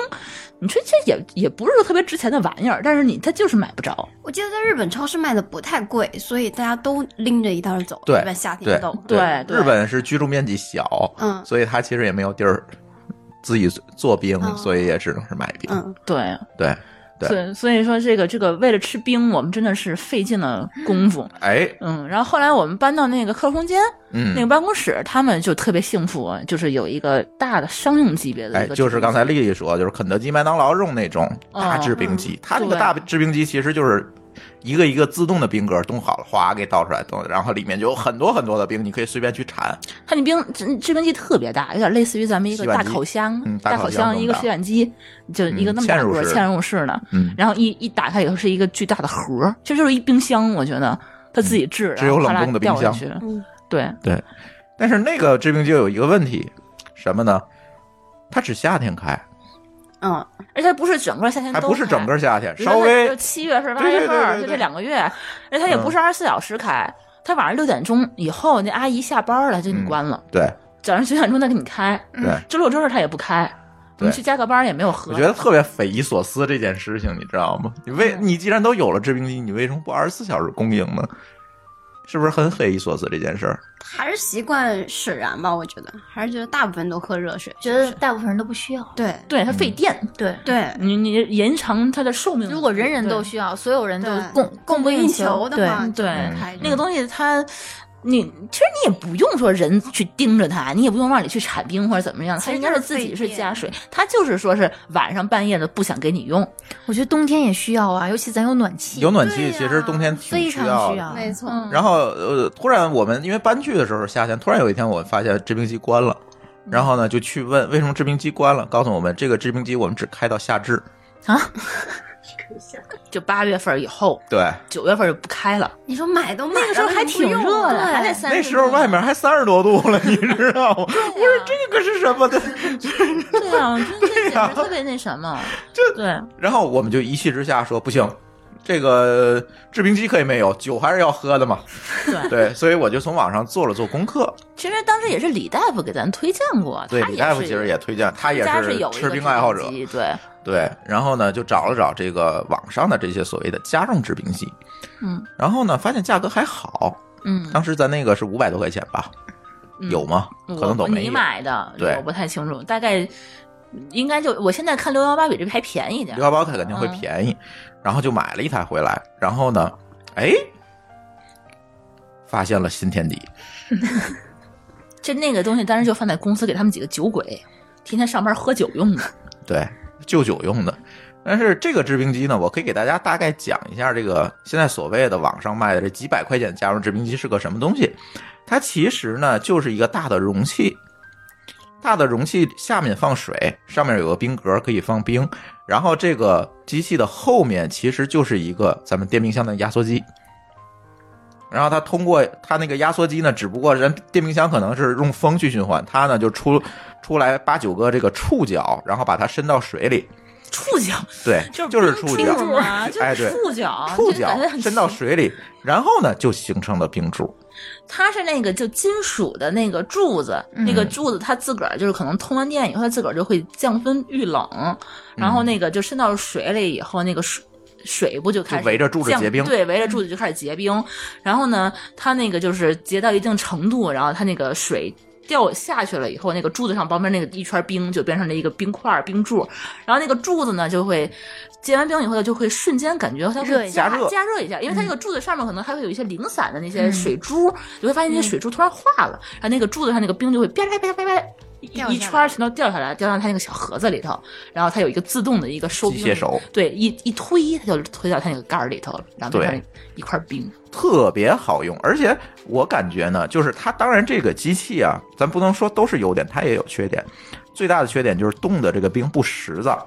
Speaker 3: 你说这也也不是说特别值钱的玩意儿，但是你它就是买不着，
Speaker 4: 我记得在日本超市卖的不太贵，所以大家都拎着一袋儿走。
Speaker 1: 对
Speaker 4: 日本夏
Speaker 1: 对
Speaker 4: 天都。
Speaker 3: 对对
Speaker 1: 日本是居住面积小，
Speaker 4: 嗯
Speaker 1: 所以它其实也没有地儿自己做冰，
Speaker 4: 嗯
Speaker 1: 所以也只能是买冰。
Speaker 4: 嗯，
Speaker 3: 对，
Speaker 1: 对，对
Speaker 3: 所以所以说这个这个为了吃冰，我们真的是费尽了功夫，
Speaker 1: 哎，
Speaker 3: 嗯，然后后来我们搬到那个客空间，
Speaker 1: 嗯，
Speaker 3: 那个办公室，他们就特别幸福，就是有一个大的商用级别的
Speaker 1: 哎
Speaker 3: 一，个，
Speaker 1: 就是刚才丽丽说，就是肯德基、麦当劳用那种大
Speaker 3: 嗯
Speaker 1: 制冰机，它那个
Speaker 3: 对
Speaker 1: 大制冰机其实就是一个一个自动的冰格冻好了，哗给倒出来，冻，然后里面就有很多很多的冰，你可以随便去铲。
Speaker 3: 它那冰制制冰机特别大，有点类似于咱们一个
Speaker 1: 洗碗
Speaker 3: 大
Speaker 1: 机
Speaker 3: 烤箱，
Speaker 1: 嗯大
Speaker 3: 大
Speaker 1: 烤
Speaker 3: 烤
Speaker 1: 箱
Speaker 3: 箱
Speaker 1: 这么
Speaker 3: 一个
Speaker 1: 大
Speaker 3: 洗碗机，就一个
Speaker 1: 嗯
Speaker 3: 那么大
Speaker 1: 嵌入
Speaker 3: 个
Speaker 1: 式
Speaker 3: 嵌入式的，
Speaker 1: 嗯，
Speaker 3: 然后一一打开以后是一个巨大的盒儿，其实就是一冰箱，我觉得他自己制的，
Speaker 1: 嗯只有冷
Speaker 3: 然后
Speaker 1: 冻的
Speaker 3: 啪啦
Speaker 1: 冰箱
Speaker 3: 掉进去
Speaker 4: 嗯
Speaker 3: 对，
Speaker 1: 对。但是那个制冰机有一个问题，什么呢？它只夏天开，
Speaker 4: 嗯，
Speaker 3: 而且它不是整个夏天
Speaker 1: 还
Speaker 3: 都开，
Speaker 1: 不是整个夏天，
Speaker 3: 比如
Speaker 1: 稍
Speaker 3: 说它
Speaker 1: 微
Speaker 3: 就七月份、八
Speaker 1: 对对对
Speaker 3: 月
Speaker 1: 对
Speaker 3: 份，
Speaker 1: 对嗯
Speaker 3: 就这两个月，而且它也不是二十四小时开，它晚上六点钟以后，那阿姨下班了就给
Speaker 1: 嗯
Speaker 3: 你关了，
Speaker 1: 对
Speaker 3: 早上九点钟再给你开，
Speaker 1: 对。
Speaker 3: 周六周日它也不开，我
Speaker 1: 对
Speaker 3: 们去加个班也没有合。
Speaker 1: 我觉得特别匪夷所思这件事情，你知道吗？你为你既然都有了制冰机，你为什么不二十四小时供应呢？是不是很匪夷所思这件事儿？
Speaker 4: 还是习惯使然吧，我觉得，还是觉得大部分都喝热水。
Speaker 2: 觉得大部分人都不需要。
Speaker 4: 对
Speaker 3: 对它
Speaker 1: 嗯
Speaker 3: 费电，
Speaker 2: 对，
Speaker 4: 对，
Speaker 3: 你你延长它的寿命。
Speaker 2: 如果人人都
Speaker 3: 对
Speaker 2: 需要，所有人都
Speaker 4: 对
Speaker 2: 供供不
Speaker 4: 运
Speaker 2: 应
Speaker 4: 球
Speaker 2: 求
Speaker 4: 的话，
Speaker 2: 对
Speaker 4: 就
Speaker 3: 对
Speaker 4: 很开
Speaker 3: 那个东西它，你其实你也不用说人去盯着它，你也不用往里去铲冰或者怎么样，它
Speaker 4: 其实
Speaker 3: 应该是自己是加水，它就是说是晚上半夜的不想给你用，
Speaker 2: 我觉得冬天也需要啊，尤其咱有暖气，
Speaker 1: 有暖气，
Speaker 4: 对呀
Speaker 1: 其实冬天挺
Speaker 2: 非常
Speaker 1: 要
Speaker 2: 需
Speaker 1: 的。
Speaker 2: 要。
Speaker 4: 没错，
Speaker 3: 嗯
Speaker 1: 然后呃，突然我们因为搬去的时候是夏天，突然有一天我发现制冰机关了，然后呢就去问为什么制冰机关了，告诉我们这个制冰机我们只开到夏至，
Speaker 3: 就八月份以后，
Speaker 1: 对，
Speaker 3: 九月份就不开了。
Speaker 4: 你说买都买了，
Speaker 3: 那个时候还挺热的，还在
Speaker 4: 对，
Speaker 3: 三
Speaker 1: 那时候外面还三十多度了，你知道吗？我说这个是什么 (laughs) 的？
Speaker 3: 对啊，就那
Speaker 1: 呀
Speaker 3: 简直特别那什么，
Speaker 1: 这
Speaker 3: 对啊
Speaker 1: 然后我们就一气之下说不行。这个制冰机可以没有，酒还是要喝的
Speaker 3: (laughs)
Speaker 1: 嘛。
Speaker 3: 对。
Speaker 1: 对，所以我就从网上做了做功课。
Speaker 3: 其实当时也是李大夫给咱推荐过，
Speaker 1: 对，
Speaker 3: 他
Speaker 1: 李
Speaker 3: 也
Speaker 1: 大夫
Speaker 3: 是
Speaker 1: 其实也推荐，他也
Speaker 3: 家
Speaker 1: 是
Speaker 3: 有一
Speaker 1: 吃
Speaker 3: 个
Speaker 1: 冰爱好
Speaker 3: 制
Speaker 1: 者
Speaker 3: 冰。机对，
Speaker 1: 对，然后呢，就找了找这个网上的这些所谓的家用制冰机，
Speaker 3: 嗯
Speaker 1: 然后呢，发现价格还好，
Speaker 3: 嗯，
Speaker 1: 当时咱那个是五百多块钱吧，
Speaker 3: 嗯
Speaker 1: 有吗？可能都
Speaker 3: 我
Speaker 1: 没
Speaker 3: 你
Speaker 1: 有。
Speaker 3: 买啊的，
Speaker 1: 对
Speaker 3: 我不太清楚，大概应该就我现在看六幺八比这个还便宜点
Speaker 1: 六，幺八肯定会
Speaker 3: 嗯
Speaker 1: 便宜，然后就买了一台回来，然后呢，哎，发现了新天地，
Speaker 3: 这那个东西当时就放在公司给他们几个酒鬼，天天上班喝酒用的。
Speaker 1: 对，救酒用的。但是这个制冰机呢，我可以给大家大概讲一下，这个现在所谓的网上卖的这几百块钱家用制冰机是个什么东西。它其实呢就是一个大的容器，大的容器下面放水，上面有个冰格可以放冰，然后这个机器的后面其实就是一个咱们电冰箱的压缩机。然后它通过它那个压缩机呢，只不过人电冰箱可能是用风去循环，它呢就出出来八九个这个触角，然后把它伸到水里，
Speaker 3: 触角 (laughs)
Speaker 1: 对，
Speaker 3: 就是
Speaker 1: 就是触
Speaker 3: 冰
Speaker 1: 角，
Speaker 3: 柱啊，就
Speaker 1: 哎对
Speaker 3: 是触角，
Speaker 1: 触
Speaker 3: 就
Speaker 1: 角
Speaker 3: 感觉很
Speaker 1: 伸到
Speaker 3: 奇
Speaker 1: 水里，然后呢就形成了冰柱。
Speaker 3: 它是那个就金属的那个柱子，那
Speaker 1: 嗯
Speaker 3: 个柱子它自个儿就是可能通完电以后，它自个儿就会降温遇冷，然
Speaker 1: 嗯
Speaker 3: 后那个就伸到水里以后，那个水。水不就开始
Speaker 1: 就围着柱子
Speaker 3: 降
Speaker 1: 结冰
Speaker 3: 对，围着柱子就开始结冰。然后呢，它那个就是结到一定程度，然后它那个水掉下去了以后，那个柱子上旁边那个一圈冰就变成了一个冰块儿冰柱。然后那个柱子呢就会结完冰以后，它就会瞬间感觉它
Speaker 2: 热
Speaker 3: 会
Speaker 2: 一
Speaker 1: 下
Speaker 3: 加
Speaker 1: 加热
Speaker 3: 加热一下，因为它那个柱子上面可能还会有一些零散的那些水珠，你会发现那些水珠突然化了，然后那个柱子上那个冰就会啪啦啪啦啪啦。
Speaker 4: 掉下来
Speaker 3: 一一圈儿全都掉下来，掉到它那个小盒子里头，然后它有一个自动的一个收冰
Speaker 1: 机械手，
Speaker 3: 对，一一推它就推到它那个盖儿里头了，然后
Speaker 1: 对
Speaker 3: 变成一块冰。
Speaker 1: 特别好用，而且我感觉呢，就是它当然这个机器啊，咱不能说都是优点，它也有缺点。最大的缺点就是冻的这个冰不实在，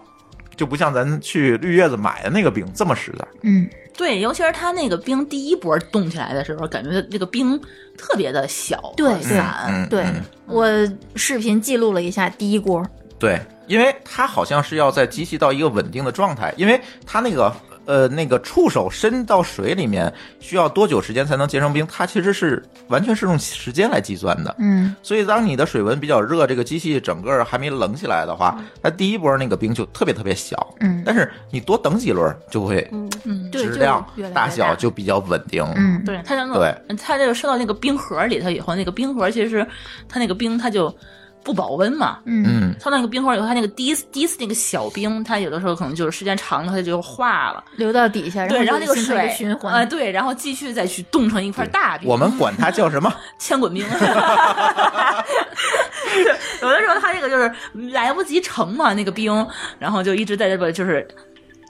Speaker 1: 就不像咱去绿叶子买的那个冰这么实在。
Speaker 2: 嗯，
Speaker 3: 对，尤其是它那个冰第一波冻起来的时候，感觉那个冰特别的小，
Speaker 2: 对
Speaker 3: 和散。
Speaker 1: 嗯，
Speaker 2: 对
Speaker 1: 嗯
Speaker 2: 我视频记录了一下第一锅，
Speaker 1: 对，因为它好像是要在机器到一个稳定的状态，因为它那个呃那个触手伸到水里面需要多久时间才能结成冰，它其实是完全是用时间来计算的。
Speaker 2: 嗯，
Speaker 1: 所以，当你的水温比较热，这个机器整个还没冷起来的话，它第一波那个冰就特别特别小。
Speaker 2: 嗯
Speaker 1: 但是你多等几轮就会
Speaker 3: 嗯，对，
Speaker 1: 质
Speaker 3: 就
Speaker 1: 量
Speaker 2: 越来越
Speaker 1: 大
Speaker 2: 大
Speaker 1: 小就比较稳定。
Speaker 2: 嗯，
Speaker 3: 对，它那个
Speaker 1: 对
Speaker 3: 它这个收到那个冰盒里头以后，那个冰盒其实它那个冰它就不保温嘛，
Speaker 2: 嗯
Speaker 1: 嗯，
Speaker 3: 它那个冰盒以后，它那个第一次第一次那个小冰，它有的时候可能就是时间长了它就化了，
Speaker 2: 流到底下，
Speaker 3: 对，然
Speaker 2: 后
Speaker 3: 后那个
Speaker 2: 就形成一
Speaker 3: 水
Speaker 2: 循环，
Speaker 3: 呃，对，然后继续再去冻成一块大冰，
Speaker 1: 我们管它叫什么？
Speaker 3: 千滚冰。 (laughs) 有的时候它这个就是来不及盛嘛，那个冰，然后就一直在这边就是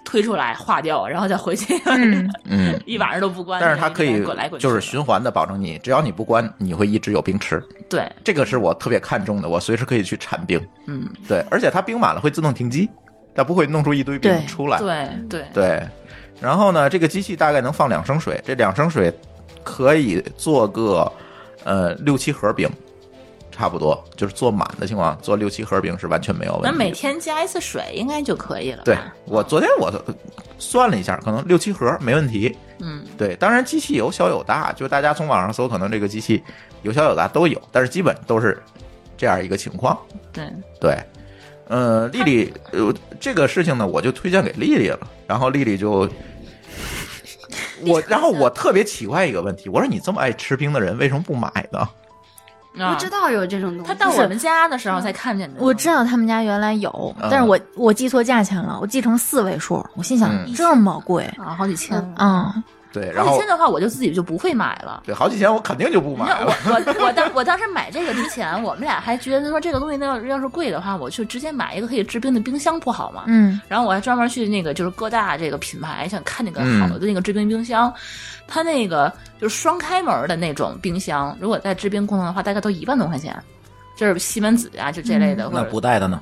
Speaker 3: 推出来化掉，然后再回去，
Speaker 2: 嗯
Speaker 1: 嗯，
Speaker 3: (laughs) 一晚上都不关。
Speaker 1: 但是它可
Speaker 3: 一
Speaker 1: 以
Speaker 3: 直滚来滚去
Speaker 1: 就
Speaker 3: 的
Speaker 1: 是循环的保证你，只要你不关，你会一直有冰吃。
Speaker 3: 对，
Speaker 1: 这个是我特别看重的，我随时可以去铲冰。
Speaker 3: 嗯，
Speaker 1: 对，而且它冰满了会自动停机，它不会弄出一堆
Speaker 2: 对
Speaker 1: 冰出来。
Speaker 3: 对对
Speaker 1: 对，然后呢，这个机器大概能放两升水，这两升水可以做个呃六七盒饼，差不多就是做满的情况，做六七盒饼是完全没有问题
Speaker 3: 那
Speaker 1: 的。
Speaker 3: 每天加一次水应该就可以了吧。
Speaker 1: 对我昨天我算了一下，可能六七盒没问题。
Speaker 3: 嗯，
Speaker 1: 对，当然机器有小有大，就大家从网上搜，可能这个机器有小有大都有，但是基本都是这样一个情况。
Speaker 3: 对，
Speaker 1: 对，呃，丽丽，呃，这个事情呢，我就推荐给丽丽了。然后丽丽就，我，然后我特别奇怪一个问题，我说你这么爱吃冰的人，为什么不买呢？
Speaker 3: 啊
Speaker 1: 嗯
Speaker 4: 不知道有这种东西。
Speaker 3: 他到我们家的时候才看见的。
Speaker 2: 嗯我知道他们家原来有，但是我我记错价钱了，我记成四位数，我心
Speaker 1: 嗯
Speaker 2: 想这么贵
Speaker 3: 啊，好几千。
Speaker 2: 啊、嗯
Speaker 1: 对，然
Speaker 3: 好几
Speaker 1: 后啊
Speaker 3: 千的话，我就自己就不会买了。
Speaker 1: 对好几千，我肯定就不
Speaker 3: 你看
Speaker 1: 买
Speaker 3: 我
Speaker 1: 了。
Speaker 3: 我我当我当时买这个之前， (laughs) 我们俩还觉得说这个东西那要要是贵的话，我就直接买一个可以制冰的冰箱不好吗？
Speaker 2: 嗯
Speaker 3: 然后我还专门去那个就是各大这个品牌想看那个
Speaker 1: 嗯
Speaker 3: 好的那个制冰冰箱，它那个就是双开门的那种冰箱，如果带制冰功能的话，大概都一万多块钱，就是西门子啊，就这类
Speaker 2: 嗯
Speaker 3: 的，或者
Speaker 1: 带的呢？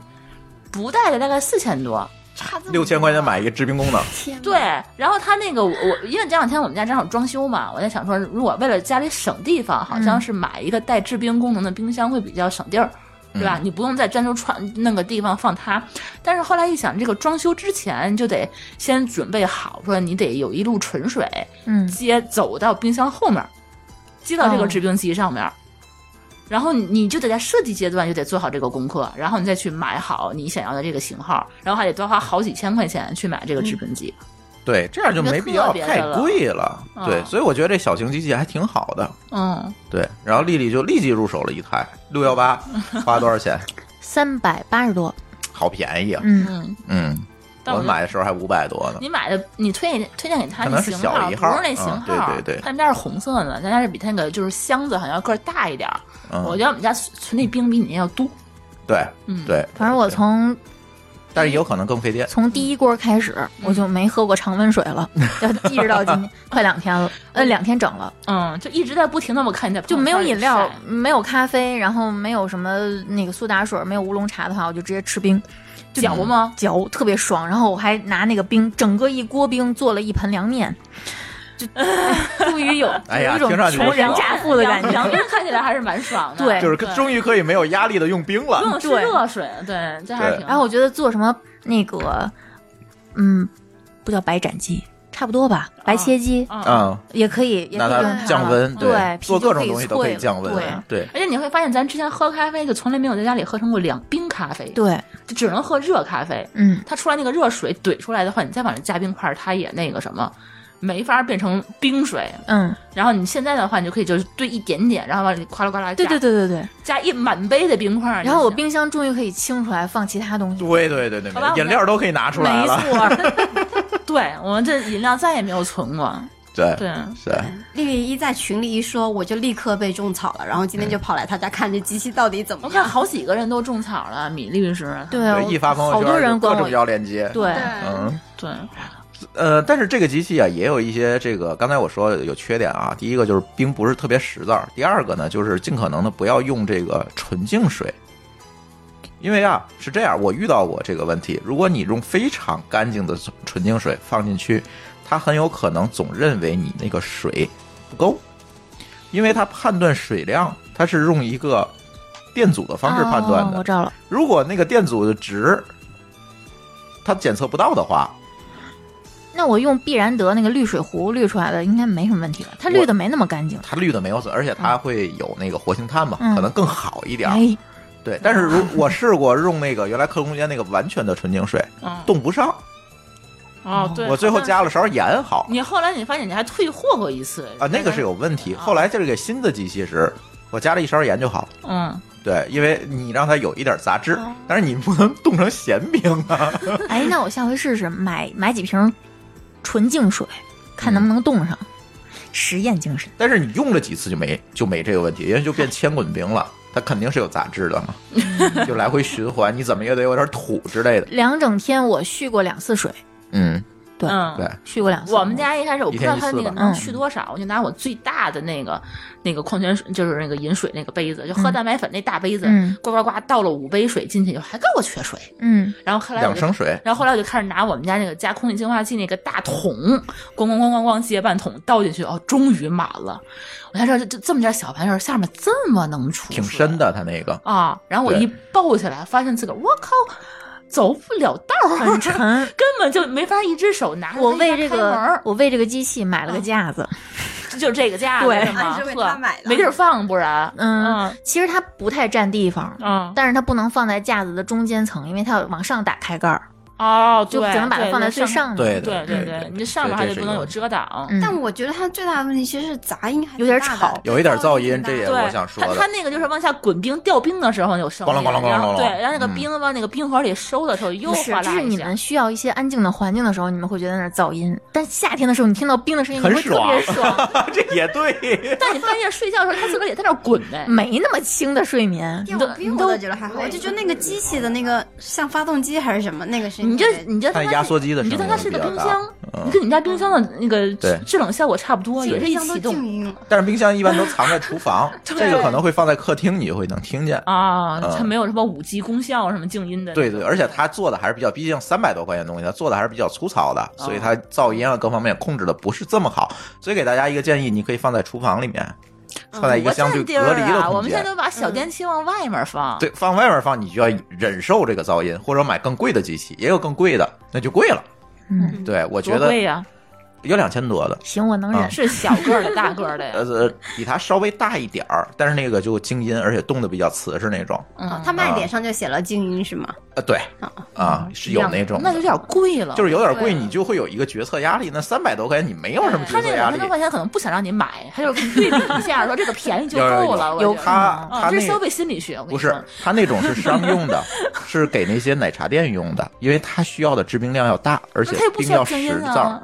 Speaker 3: 不带的大概四千多。
Speaker 4: 差这么
Speaker 1: 六千块钱买一个制冰功能，
Speaker 4: 天哪，
Speaker 3: 对，然后他那个我我因为这两天我们家正好装修嘛，我在想说，如果为了家里省地方，好像是买一个带制冰功能的冰箱会比较省地儿。对吧？你不用再单独串那个地方放它，但是后来一想，这个装修之前就得先准备好，说你得有一路纯水
Speaker 2: 嗯，
Speaker 3: 接走到冰箱后面，接到这个
Speaker 2: 哦
Speaker 3: 制冰机上面，然后你你就得在设计阶段就得做好这个功课，然后你再去买好你想要的这个型号，然后还得多花好几千块钱去买这个制冰机。
Speaker 1: 对，这样就没必要
Speaker 3: 一个特别
Speaker 1: 太
Speaker 3: 的了
Speaker 1: 贵了。
Speaker 3: 嗯
Speaker 1: 对，所以我觉得这小型机器还挺好的。
Speaker 3: 嗯，
Speaker 1: 对，然后丽丽就立即入手了一台六幺
Speaker 3: (laughs)
Speaker 1: 八，花多少钱？
Speaker 2: 三百八十多，
Speaker 1: 好便宜啊！
Speaker 2: 嗯
Speaker 3: 嗯，
Speaker 1: 嗯，
Speaker 3: 但
Speaker 1: 我
Speaker 3: 我
Speaker 1: 买的时候还五百多呢。
Speaker 3: 你买的你推荐推荐给他
Speaker 1: 可
Speaker 3: 那
Speaker 1: 能是
Speaker 3: 型
Speaker 1: 小一号
Speaker 3: 不是那型
Speaker 1: 嗯
Speaker 3: 号，
Speaker 1: 对对对
Speaker 3: 他们家是红色的，咱家是比他那个就是箱子好像个儿大一点儿。
Speaker 1: 嗯
Speaker 3: 我觉得我们家存那冰比你那要多。
Speaker 1: 对，
Speaker 3: 嗯
Speaker 1: 对，
Speaker 2: 反正我从
Speaker 1: 但是也有可能更费电。
Speaker 2: 从第一锅开始，我就没喝过常温水了，要一直到今天，快两天了，呃，两天整了，
Speaker 3: 嗯，就一直在不停的我看你在朋
Speaker 2: 就
Speaker 3: 友圈
Speaker 2: 没有饮料
Speaker 3: 里晒，
Speaker 2: 没有咖啡，然后没有什么那个苏打水，没有乌龙茶的话，我就直接吃冰，
Speaker 3: 嚼吗？
Speaker 2: 嚼特别爽。然后我还拿那个冰，整个一锅冰做了一盆凉面， (laughs) 就终于有
Speaker 1: 哎
Speaker 2: 有
Speaker 1: 呀
Speaker 2: 一种
Speaker 1: 听上去
Speaker 2: 穷人
Speaker 1: 不爽
Speaker 2: 家富的感觉。
Speaker 3: 凉凉面看起来还是蛮爽的，
Speaker 2: 对
Speaker 1: 就是终于可以没有压力的用冰
Speaker 3: 不
Speaker 1: 了。
Speaker 3: 用吃
Speaker 2: 对
Speaker 3: 热水，对，这还是挺。
Speaker 2: 然后我觉得做什么那个，嗯，不叫白斩鸡，差不多吧，白切鸡
Speaker 3: 嗯
Speaker 1: 嗯，
Speaker 2: 也可以，也可
Speaker 1: 那
Speaker 2: 以用
Speaker 1: 它
Speaker 2: 它
Speaker 1: 降温，
Speaker 2: 对，啤
Speaker 1: 做
Speaker 2: 酒
Speaker 1: 各种
Speaker 2: 可以
Speaker 1: 东西都可以
Speaker 2: 萃
Speaker 1: 降温
Speaker 2: 对。
Speaker 1: 对，
Speaker 3: 而且你会发现，咱之前喝咖啡就从来没有在家里喝成过凉冰咖啡，，
Speaker 2: 对，
Speaker 3: 就只能喝热咖啡。
Speaker 2: 嗯，
Speaker 3: 它出来那个热水怼出来的话，你再往上加冰块，它也那个什么，没法变成冰水。
Speaker 2: 嗯，
Speaker 3: 然后你现在的话，你就可以就是兑一点点，然后往里哗啦哗啦加，
Speaker 2: 对对对对对。
Speaker 3: 加一满杯的冰块。
Speaker 2: 然后我
Speaker 3: 冰。
Speaker 2: 冰箱终于可以清出来放其他东西，
Speaker 1: 对对对对
Speaker 3: 好吧我
Speaker 1: 对，饮料都可以拿出来
Speaker 3: 没
Speaker 1: 了。 (laughs)
Speaker 3: 错，对我们这饮料再也没有存过。
Speaker 1: 对，
Speaker 3: 对，
Speaker 1: 是。
Speaker 4: 丽丽一在群里一说，我就立刻被种草了，然后今天
Speaker 1: 嗯
Speaker 4: 就跑来他家看这机器到底怎
Speaker 3: 我
Speaker 4: 么
Speaker 3: 看
Speaker 4: 样。
Speaker 3: 好几个人都种草了，米律师。
Speaker 2: 对啊
Speaker 1: 对，，一发朋友
Speaker 2: 好
Speaker 1: 圈，
Speaker 2: 多人
Speaker 1: 各
Speaker 2: 管
Speaker 1: 种
Speaker 2: 我，
Speaker 1: 要链接。，
Speaker 2: 对，
Speaker 1: 嗯。
Speaker 3: 对，
Speaker 1: 呃，但是这个机器啊，也有一些这个，刚才我说有缺点啊。第一个就是冰不是特别实在儿，第二个呢，就是尽可能的不要用这个纯净水，因为啊是这样，我遇到过这个问题。如果你用非常干净的纯净水放进去，它很有可能总认为你那个水不够，因为它判断水量，它是用一个电阻的方式判断
Speaker 2: 哦
Speaker 1: 的
Speaker 2: 我。知道了，
Speaker 1: 如果那个电阻的值它检测不到的话，
Speaker 2: 那我用必然德那个滤水壶滤出来的应该没什么问题吧？它滤的没那么干净。
Speaker 1: 它绿的没有损，而且它
Speaker 3: 嗯
Speaker 1: 会有那个活性炭嘛，
Speaker 2: 嗯
Speaker 1: 可能更好一点儿。
Speaker 2: 哎，
Speaker 1: 对，但是如我试过用那个原来客空间那个完全的纯净水，
Speaker 3: 嗯，
Speaker 1: 冻不上。
Speaker 3: 哦，对，
Speaker 1: 我最后
Speaker 3: 好像
Speaker 1: 加了勺盐好
Speaker 3: 你后来你发现你还退货过一次
Speaker 1: 啊，那个是有问题。
Speaker 3: 啊
Speaker 1: 后来这个新的机器时，我加了一勺盐就好。
Speaker 3: 嗯，
Speaker 1: 对，因为你让它有一点杂质，
Speaker 3: 啊
Speaker 1: 但是你不能冻成咸冰啊。 (laughs)
Speaker 2: 哎，那我下回试试买买几瓶纯净水，看
Speaker 1: 嗯
Speaker 2: 能不能冻上。实验精神，
Speaker 1: 但是你用了几次就没就没这个问题，因为就变千滚冰了，它肯定是有杂质的
Speaker 3: (laughs)
Speaker 1: 嘛，就来回循环，你怎么也得有点土之类的。
Speaker 2: 两整天我续过两次水，
Speaker 1: 嗯，
Speaker 2: 对，
Speaker 3: 嗯
Speaker 1: 对，
Speaker 2: 续过两次。
Speaker 3: 我们家一开始我不知道它那
Speaker 1: 啊一天一
Speaker 3: 个
Speaker 1: 次吧嗯
Speaker 3: 能去多少，我就拿我最大的那个那个矿泉水，就是那个饮水那个杯子，就
Speaker 1: 嗯
Speaker 3: 喝蛋白粉那大杯子
Speaker 2: 嗯，
Speaker 3: 呱呱呱倒了五杯水进去以后，还跟我缺水。
Speaker 2: 嗯，
Speaker 3: 然后后来我
Speaker 1: 两
Speaker 3: 就
Speaker 1: 升水。
Speaker 3: 然后后来我就开始拿我们家那个加空气净化器那个大桶，咣咣咣咣咣接半桶倒进去，哦，终于满了。我才知道这这这么点小玩意儿下面这么能出，
Speaker 1: 挺深的，它
Speaker 3: (laughs)
Speaker 1: 那个
Speaker 3: 啊！然后我
Speaker 1: 对
Speaker 3: 一抱起来，发现自个儿，我靠，走不了道儿，啊
Speaker 2: 很沉。
Speaker 3: (laughs) 根本就没法一只手拿着
Speaker 2: 我
Speaker 3: 它一
Speaker 2: 为
Speaker 3: 边
Speaker 2: 这
Speaker 3: 开门
Speaker 2: 个
Speaker 3: 儿，嗯
Speaker 2: 我为这个机器买了个架子。
Speaker 3: 就这个架子
Speaker 2: 对
Speaker 3: 是吗
Speaker 4: 啊你是为
Speaker 3: 呵
Speaker 4: 它买的
Speaker 3: 嗯没地儿放，不然，
Speaker 2: 嗯，其实它不太占地方，
Speaker 3: 嗯，
Speaker 2: 但是它不能放在架子的中间层，因为它要往上打开盖儿，
Speaker 3: 哦，
Speaker 2: 就
Speaker 3: 对
Speaker 2: 只能把它
Speaker 3: 对
Speaker 2: 放在
Speaker 3: 对
Speaker 2: 最上面。
Speaker 1: 对
Speaker 3: 对对对，你这上面还得不能有遮挡，
Speaker 2: 嗯，
Speaker 4: 但我觉得它最大的问题其实是杂音还
Speaker 2: 有点
Speaker 4: 挺大的
Speaker 2: 吵
Speaker 1: 有一点噪音
Speaker 4: 挺大的
Speaker 1: 这也
Speaker 3: 对，
Speaker 1: 我想说
Speaker 3: 他
Speaker 1: 的
Speaker 3: 他那个就是往下滚冰掉冰的时候有声音，
Speaker 1: 咣啷咣啷咣啷
Speaker 3: 然后
Speaker 1: 咣啷
Speaker 3: 对，然后那个
Speaker 1: 嗯
Speaker 3: 冰往那个冰盒里收的时候又
Speaker 2: 不是
Speaker 3: 哗，
Speaker 2: 就
Speaker 3: 啦
Speaker 2: 是
Speaker 3: 一
Speaker 2: 你
Speaker 3: 下
Speaker 2: 们需要一些安静的环境的时候，你们会觉得那儿噪音。但夏天的时候，你听到冰的声音，你
Speaker 1: 很
Speaker 2: 会特 (laughs) 别爽，
Speaker 3: 啊
Speaker 1: 这也对，
Speaker 3: 但你半夜睡觉的时候，他自个儿也在那儿滚呗。
Speaker 2: 没那么轻的睡眠。
Speaker 4: 电
Speaker 3: 都
Speaker 4: 我并
Speaker 3: 你
Speaker 4: 我
Speaker 3: 都
Speaker 4: 倒觉得还好，我就觉得那个机器的那个像发动机还是什么那个声音，
Speaker 3: 你就你就
Speaker 1: 它
Speaker 3: 当它
Speaker 1: 压
Speaker 3: 是
Speaker 1: 缩机的
Speaker 3: 你就
Speaker 1: 声音
Speaker 3: 当它是
Speaker 1: 比
Speaker 3: 个
Speaker 1: 较
Speaker 3: 冰
Speaker 1: 大
Speaker 3: 箱，
Speaker 1: 嗯
Speaker 3: 你跟你家冰箱的那个
Speaker 1: 对
Speaker 3: 制冷效果差不多，
Speaker 4: 也
Speaker 3: 也是
Speaker 4: 是
Speaker 3: 一
Speaker 4: 箱
Speaker 3: 启
Speaker 4: 都静
Speaker 3: 动
Speaker 4: 音了。
Speaker 1: 但是冰箱一般都藏在厨房，
Speaker 3: (laughs) 对
Speaker 1: 这个可能会放在客厅，你就会能听见。
Speaker 3: 啊，
Speaker 1: 嗯
Speaker 3: 它没有什么五 G 功效，什么静音的。
Speaker 1: 对对，而且它做的还是比较，毕竟三百多块钱的东西，它做的还是比较粗糙的，所以它噪音啊各方面控制的不是这么好。所以给大家一个建议，你可以放在厨房里面，放在一个
Speaker 3: 嗯我
Speaker 1: 相对
Speaker 3: 占地儿
Speaker 1: 隔离的
Speaker 3: 啊，我
Speaker 1: 空
Speaker 3: 们现在
Speaker 1: 间。
Speaker 3: 都把小电器往外面放。
Speaker 1: 对，放外面放你就要忍受这个噪音，或者买更贵的机器，也有更贵的，那就贵了。
Speaker 2: 嗯，
Speaker 1: 对，我觉
Speaker 3: 多
Speaker 1: 得
Speaker 3: 贵啊呀，
Speaker 1: 有两千多的，
Speaker 2: 行，我能忍
Speaker 1: 啊。
Speaker 3: 是小个儿的、大个儿的呀。
Speaker 1: 呃，比它稍微大一点儿，但是那个就静音，而且冻得比较瓷实那种。
Speaker 3: 嗯，
Speaker 4: 它
Speaker 1: 啊
Speaker 4: 卖点上就写了静音是吗？
Speaker 1: 呃，对
Speaker 4: 啊，
Speaker 1: 啊，是有那种的，
Speaker 3: 哦那有点贵了。
Speaker 1: 就是有点贵，
Speaker 4: 对
Speaker 1: 你就会有一个决策压力。那三百多块钱，你没有什么决
Speaker 3: 他
Speaker 1: 策压
Speaker 3: 那两千
Speaker 1: 力
Speaker 3: 多。块钱可能不想让你买，他就是对比一下，说这个便
Speaker 1: (laughs)
Speaker 3: 宜就够了。
Speaker 2: 有有有
Speaker 3: 我觉得
Speaker 1: 他
Speaker 3: 嗯
Speaker 1: 他
Speaker 3: 这
Speaker 1: 那
Speaker 3: 是消费心理学，我跟
Speaker 1: 不
Speaker 3: 你说
Speaker 1: 是，它那种是商用的， (laughs) 是给那些奶茶店用的，因为它需要的制冰量要大，而且
Speaker 3: 那他也不
Speaker 1: 冰
Speaker 3: 需
Speaker 1: 要
Speaker 3: 要静音
Speaker 1: 实在
Speaker 3: 啊。。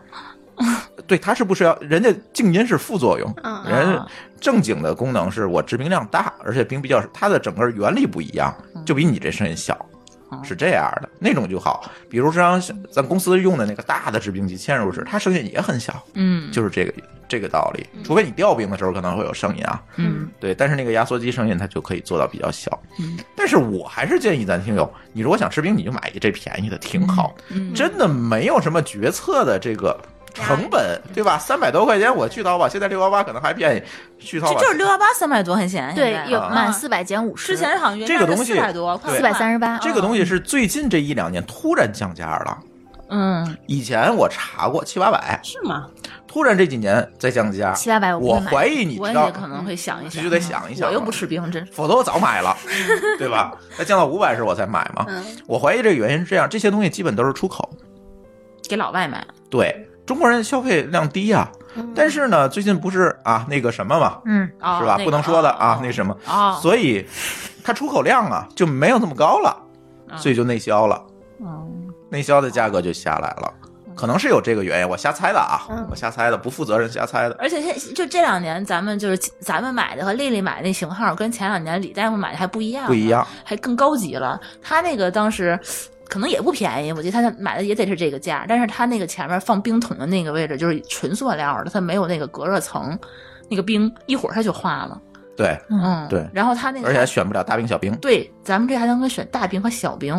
Speaker 1: 对，它是不需要，人家静音是副作用，
Speaker 4: 嗯
Speaker 3: 啊
Speaker 1: 人家正经的
Speaker 3: 嗯
Speaker 1: 功能是我制冰量大，而且冰比较，它的整个原理不一样，就比你这声音小。
Speaker 3: 哦
Speaker 1: 是这样的，那种就好。比如像咱公司用的那个大的制冰机嵌入式，它声音也很小，
Speaker 3: 嗯，
Speaker 1: 就是这个这个道理。除非你调冰的时候可能会有声音啊，
Speaker 3: 嗯，
Speaker 1: 对，但是那个压缩机声音它就可以做到比较小。
Speaker 3: 嗯，
Speaker 1: 但是我还是建议咱听友，你如果想吃冰，你就买一这便宜的，挺好。
Speaker 3: 嗯
Speaker 1: 真的没有什么决策的这个。成本
Speaker 3: 嗯
Speaker 1: 对吧？三百多块钱我去淘宝，现在六幺八可能还便宜。去淘
Speaker 3: 这
Speaker 1: 宝
Speaker 3: 就是六幺八三百多块钱，
Speaker 2: 对
Speaker 3: 现在，
Speaker 2: 有
Speaker 3: 啊
Speaker 2: 满四百减五十，
Speaker 3: 之前好像原价
Speaker 1: 这个东西
Speaker 3: 四百多，快
Speaker 1: 对
Speaker 2: 四百三十八，
Speaker 1: 嗯这个东西是最近这一两年突然降价了。
Speaker 3: 嗯，
Speaker 1: 以前我查过七八百，
Speaker 5: 是吗？
Speaker 1: 突然这几年再降价，
Speaker 2: 七八百我不
Speaker 1: 我
Speaker 2: 会买
Speaker 1: 怀疑你
Speaker 3: 我
Speaker 1: 知道
Speaker 3: 也，可能会想一
Speaker 1: 必
Speaker 3: 想，嗯
Speaker 1: 须得想一想
Speaker 3: 我又不吃冰，真是
Speaker 1: 否则我早买
Speaker 3: (laughs)
Speaker 1: 了，对吧？那降到五百时我才买嘛。
Speaker 4: 嗯，
Speaker 1: 我怀疑这个原因是这样，这些东西基本都是出口，
Speaker 3: 给老外买，
Speaker 1: 对中国人消费量低呀、
Speaker 3: 嗯
Speaker 4: 嗯
Speaker 1: 但是呢，最近不是啊那个什么嘛，
Speaker 2: 嗯，
Speaker 3: 哦
Speaker 1: 是吧？
Speaker 3: 那个
Speaker 1: 不能说的啊，那
Speaker 3: 哦
Speaker 1: 什么，
Speaker 3: 哦，
Speaker 1: 所以它出口量啊就没有那么高了，
Speaker 3: 嗯
Speaker 1: 所以就内销了。
Speaker 3: 哦
Speaker 1: 内销的价格就下来了，
Speaker 3: 嗯
Speaker 1: 可能是有这个原因，我瞎猜的啊，我瞎猜的，不负责任瞎猜的。
Speaker 3: 而且现就这两年，咱们就是咱们买的和丽丽买那型号，跟前两年李大夫买的还不一样，
Speaker 1: 不一样，
Speaker 3: 还更高级了。他那个当时可能也不便宜，我觉得他买的也得是这个价，但是他那个前面放冰桶的那个位置就是纯塑料的，它没有那个隔热层，那个冰一会儿它就化了。
Speaker 1: 对，
Speaker 3: 嗯，
Speaker 1: 对
Speaker 3: 然后他那个
Speaker 1: 而且还选不了大兵小兵。
Speaker 3: 对，咱们这还能跟选大冰和小冰，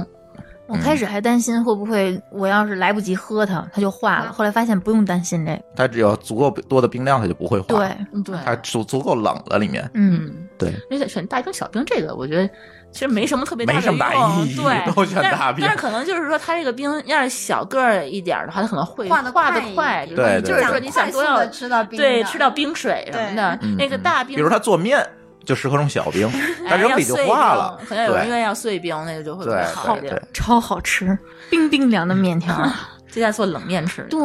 Speaker 2: 我开始还担心会不会我要是来不及喝它，它就化
Speaker 3: 嗯
Speaker 2: 了。后来发现不用担心这个，
Speaker 1: 它只有足够多的冰量，它就不会化。
Speaker 2: 对，，
Speaker 3: 嗯，对，
Speaker 1: 它足足够冷了，里面
Speaker 2: 嗯，
Speaker 1: 对，
Speaker 3: 而且选大兵小兵这个，我觉得其实没什么特别大的
Speaker 1: 没什么大
Speaker 3: 用
Speaker 1: 意义
Speaker 3: 对，
Speaker 1: 都选
Speaker 3: 但是
Speaker 1: 大兵
Speaker 3: 但是可能就是说，他这个兵要是小个儿一点儿的话，他可能会
Speaker 4: 化
Speaker 3: 的
Speaker 4: 得
Speaker 3: 化
Speaker 4: 快
Speaker 3: 得
Speaker 4: 一
Speaker 3: 快，
Speaker 4: 点
Speaker 3: 比如说
Speaker 1: 对
Speaker 3: 你就
Speaker 1: 对
Speaker 3: 是
Speaker 1: 对
Speaker 3: 说
Speaker 4: 想
Speaker 3: 你想
Speaker 4: 快速
Speaker 3: 多要
Speaker 4: 的吃到冰的，
Speaker 3: 对吃到冰水什么
Speaker 5: 对
Speaker 3: 的
Speaker 1: 嗯，
Speaker 3: 那个
Speaker 1: 嗯
Speaker 3: 大兵，
Speaker 1: 比如它做面就适合用小
Speaker 3: (laughs)
Speaker 1: 兵，它
Speaker 3: 哎
Speaker 1: 扔
Speaker 3: 要
Speaker 1: 里就
Speaker 3: 碎
Speaker 1: 化
Speaker 3: 冰
Speaker 1: 了。
Speaker 3: 可能有人
Speaker 1: 对
Speaker 3: 愿意要碎冰，那个就会比较好
Speaker 1: 对
Speaker 3: 一
Speaker 1: 对
Speaker 3: 点
Speaker 1: 对
Speaker 3: 儿。
Speaker 2: 超好吃，冰冰凉的面条。 (laughs)
Speaker 3: 这在做冷面吃，
Speaker 2: 对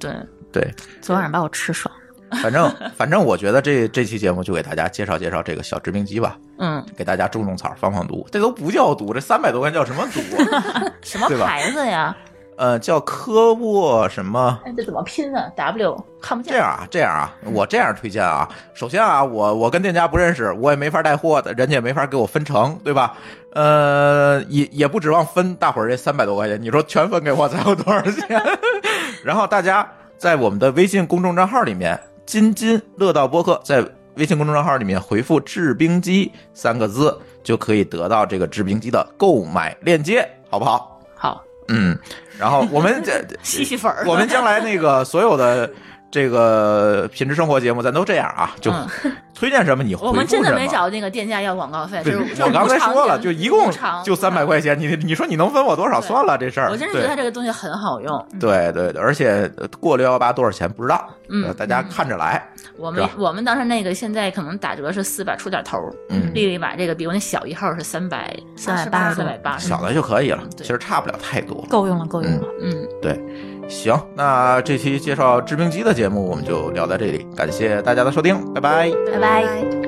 Speaker 3: 对，
Speaker 1: 对，
Speaker 2: 昨晚上把我吃爽。
Speaker 1: 反正反正我觉得这这期节目就给大家介绍介绍这个小制冰机吧，
Speaker 3: 嗯，
Speaker 1: 给大家种种草，放放毒。这都不叫毒，这三百多块钱叫什么毒？啊
Speaker 3: (laughs) 什么
Speaker 1: 对吧
Speaker 3: 牌子呀？
Speaker 1: 呃，叫科沃什么？
Speaker 3: 哎，这怎么拼啊？W 看不见。嗯
Speaker 1: 这样啊，这样啊，我这样推荐啊。首先啊，我我跟店家不认识，我也没法带货的，人家也没法给我分成，对吧？呃，也也不指望分大伙儿这三百多块钱，你说全分给我才有多少钱？ (laughs) 然后大家在我们的微信公众账号里面“津津乐道播客”在微信公众账号里面回复“制冰机”三个字，就可以得到这个制冰机的购买链接，好不好？
Speaker 3: 好，
Speaker 1: 嗯，然后我们
Speaker 3: (laughs)
Speaker 1: 这
Speaker 3: 吸吸粉儿。
Speaker 1: 我们将来那个所有的这个品质生活节目，咱都这样啊，就
Speaker 3: 嗯
Speaker 1: 推荐什么你回复
Speaker 3: 我们真的没
Speaker 1: 什么
Speaker 3: 找那个店家要广告费，
Speaker 1: 对，
Speaker 3: 就是
Speaker 1: 我刚才说了，
Speaker 3: 无偿
Speaker 1: 就一共
Speaker 3: 无偿
Speaker 1: 就三百块钱，你你说你能分我多少？
Speaker 3: 对
Speaker 1: 算了这事儿。嗯
Speaker 3: 我真是觉得它这个东西很好用。
Speaker 1: 对对对对，而且呃过六幺八多少钱不知道，
Speaker 3: 嗯
Speaker 1: 呃大家看着来。
Speaker 3: 我
Speaker 1: 是
Speaker 3: 们
Speaker 1: 吧
Speaker 3: 我们当时那个现在可能打折是四百出点头儿，
Speaker 1: 嗯
Speaker 3: 丽丽买这个比我那小一号是三百
Speaker 2: 三百八十
Speaker 3: 三百
Speaker 2: 多，
Speaker 3: 八十，
Speaker 1: 小的就可以了
Speaker 3: 嗯，对
Speaker 1: 其实差不了太多。
Speaker 2: 够用了，够用了。
Speaker 3: 嗯，
Speaker 1: 行，那这期介绍制冰机的节目我们就聊到这里，感谢大家的收听，拜拜。
Speaker 2: 拜拜
Speaker 4: 拜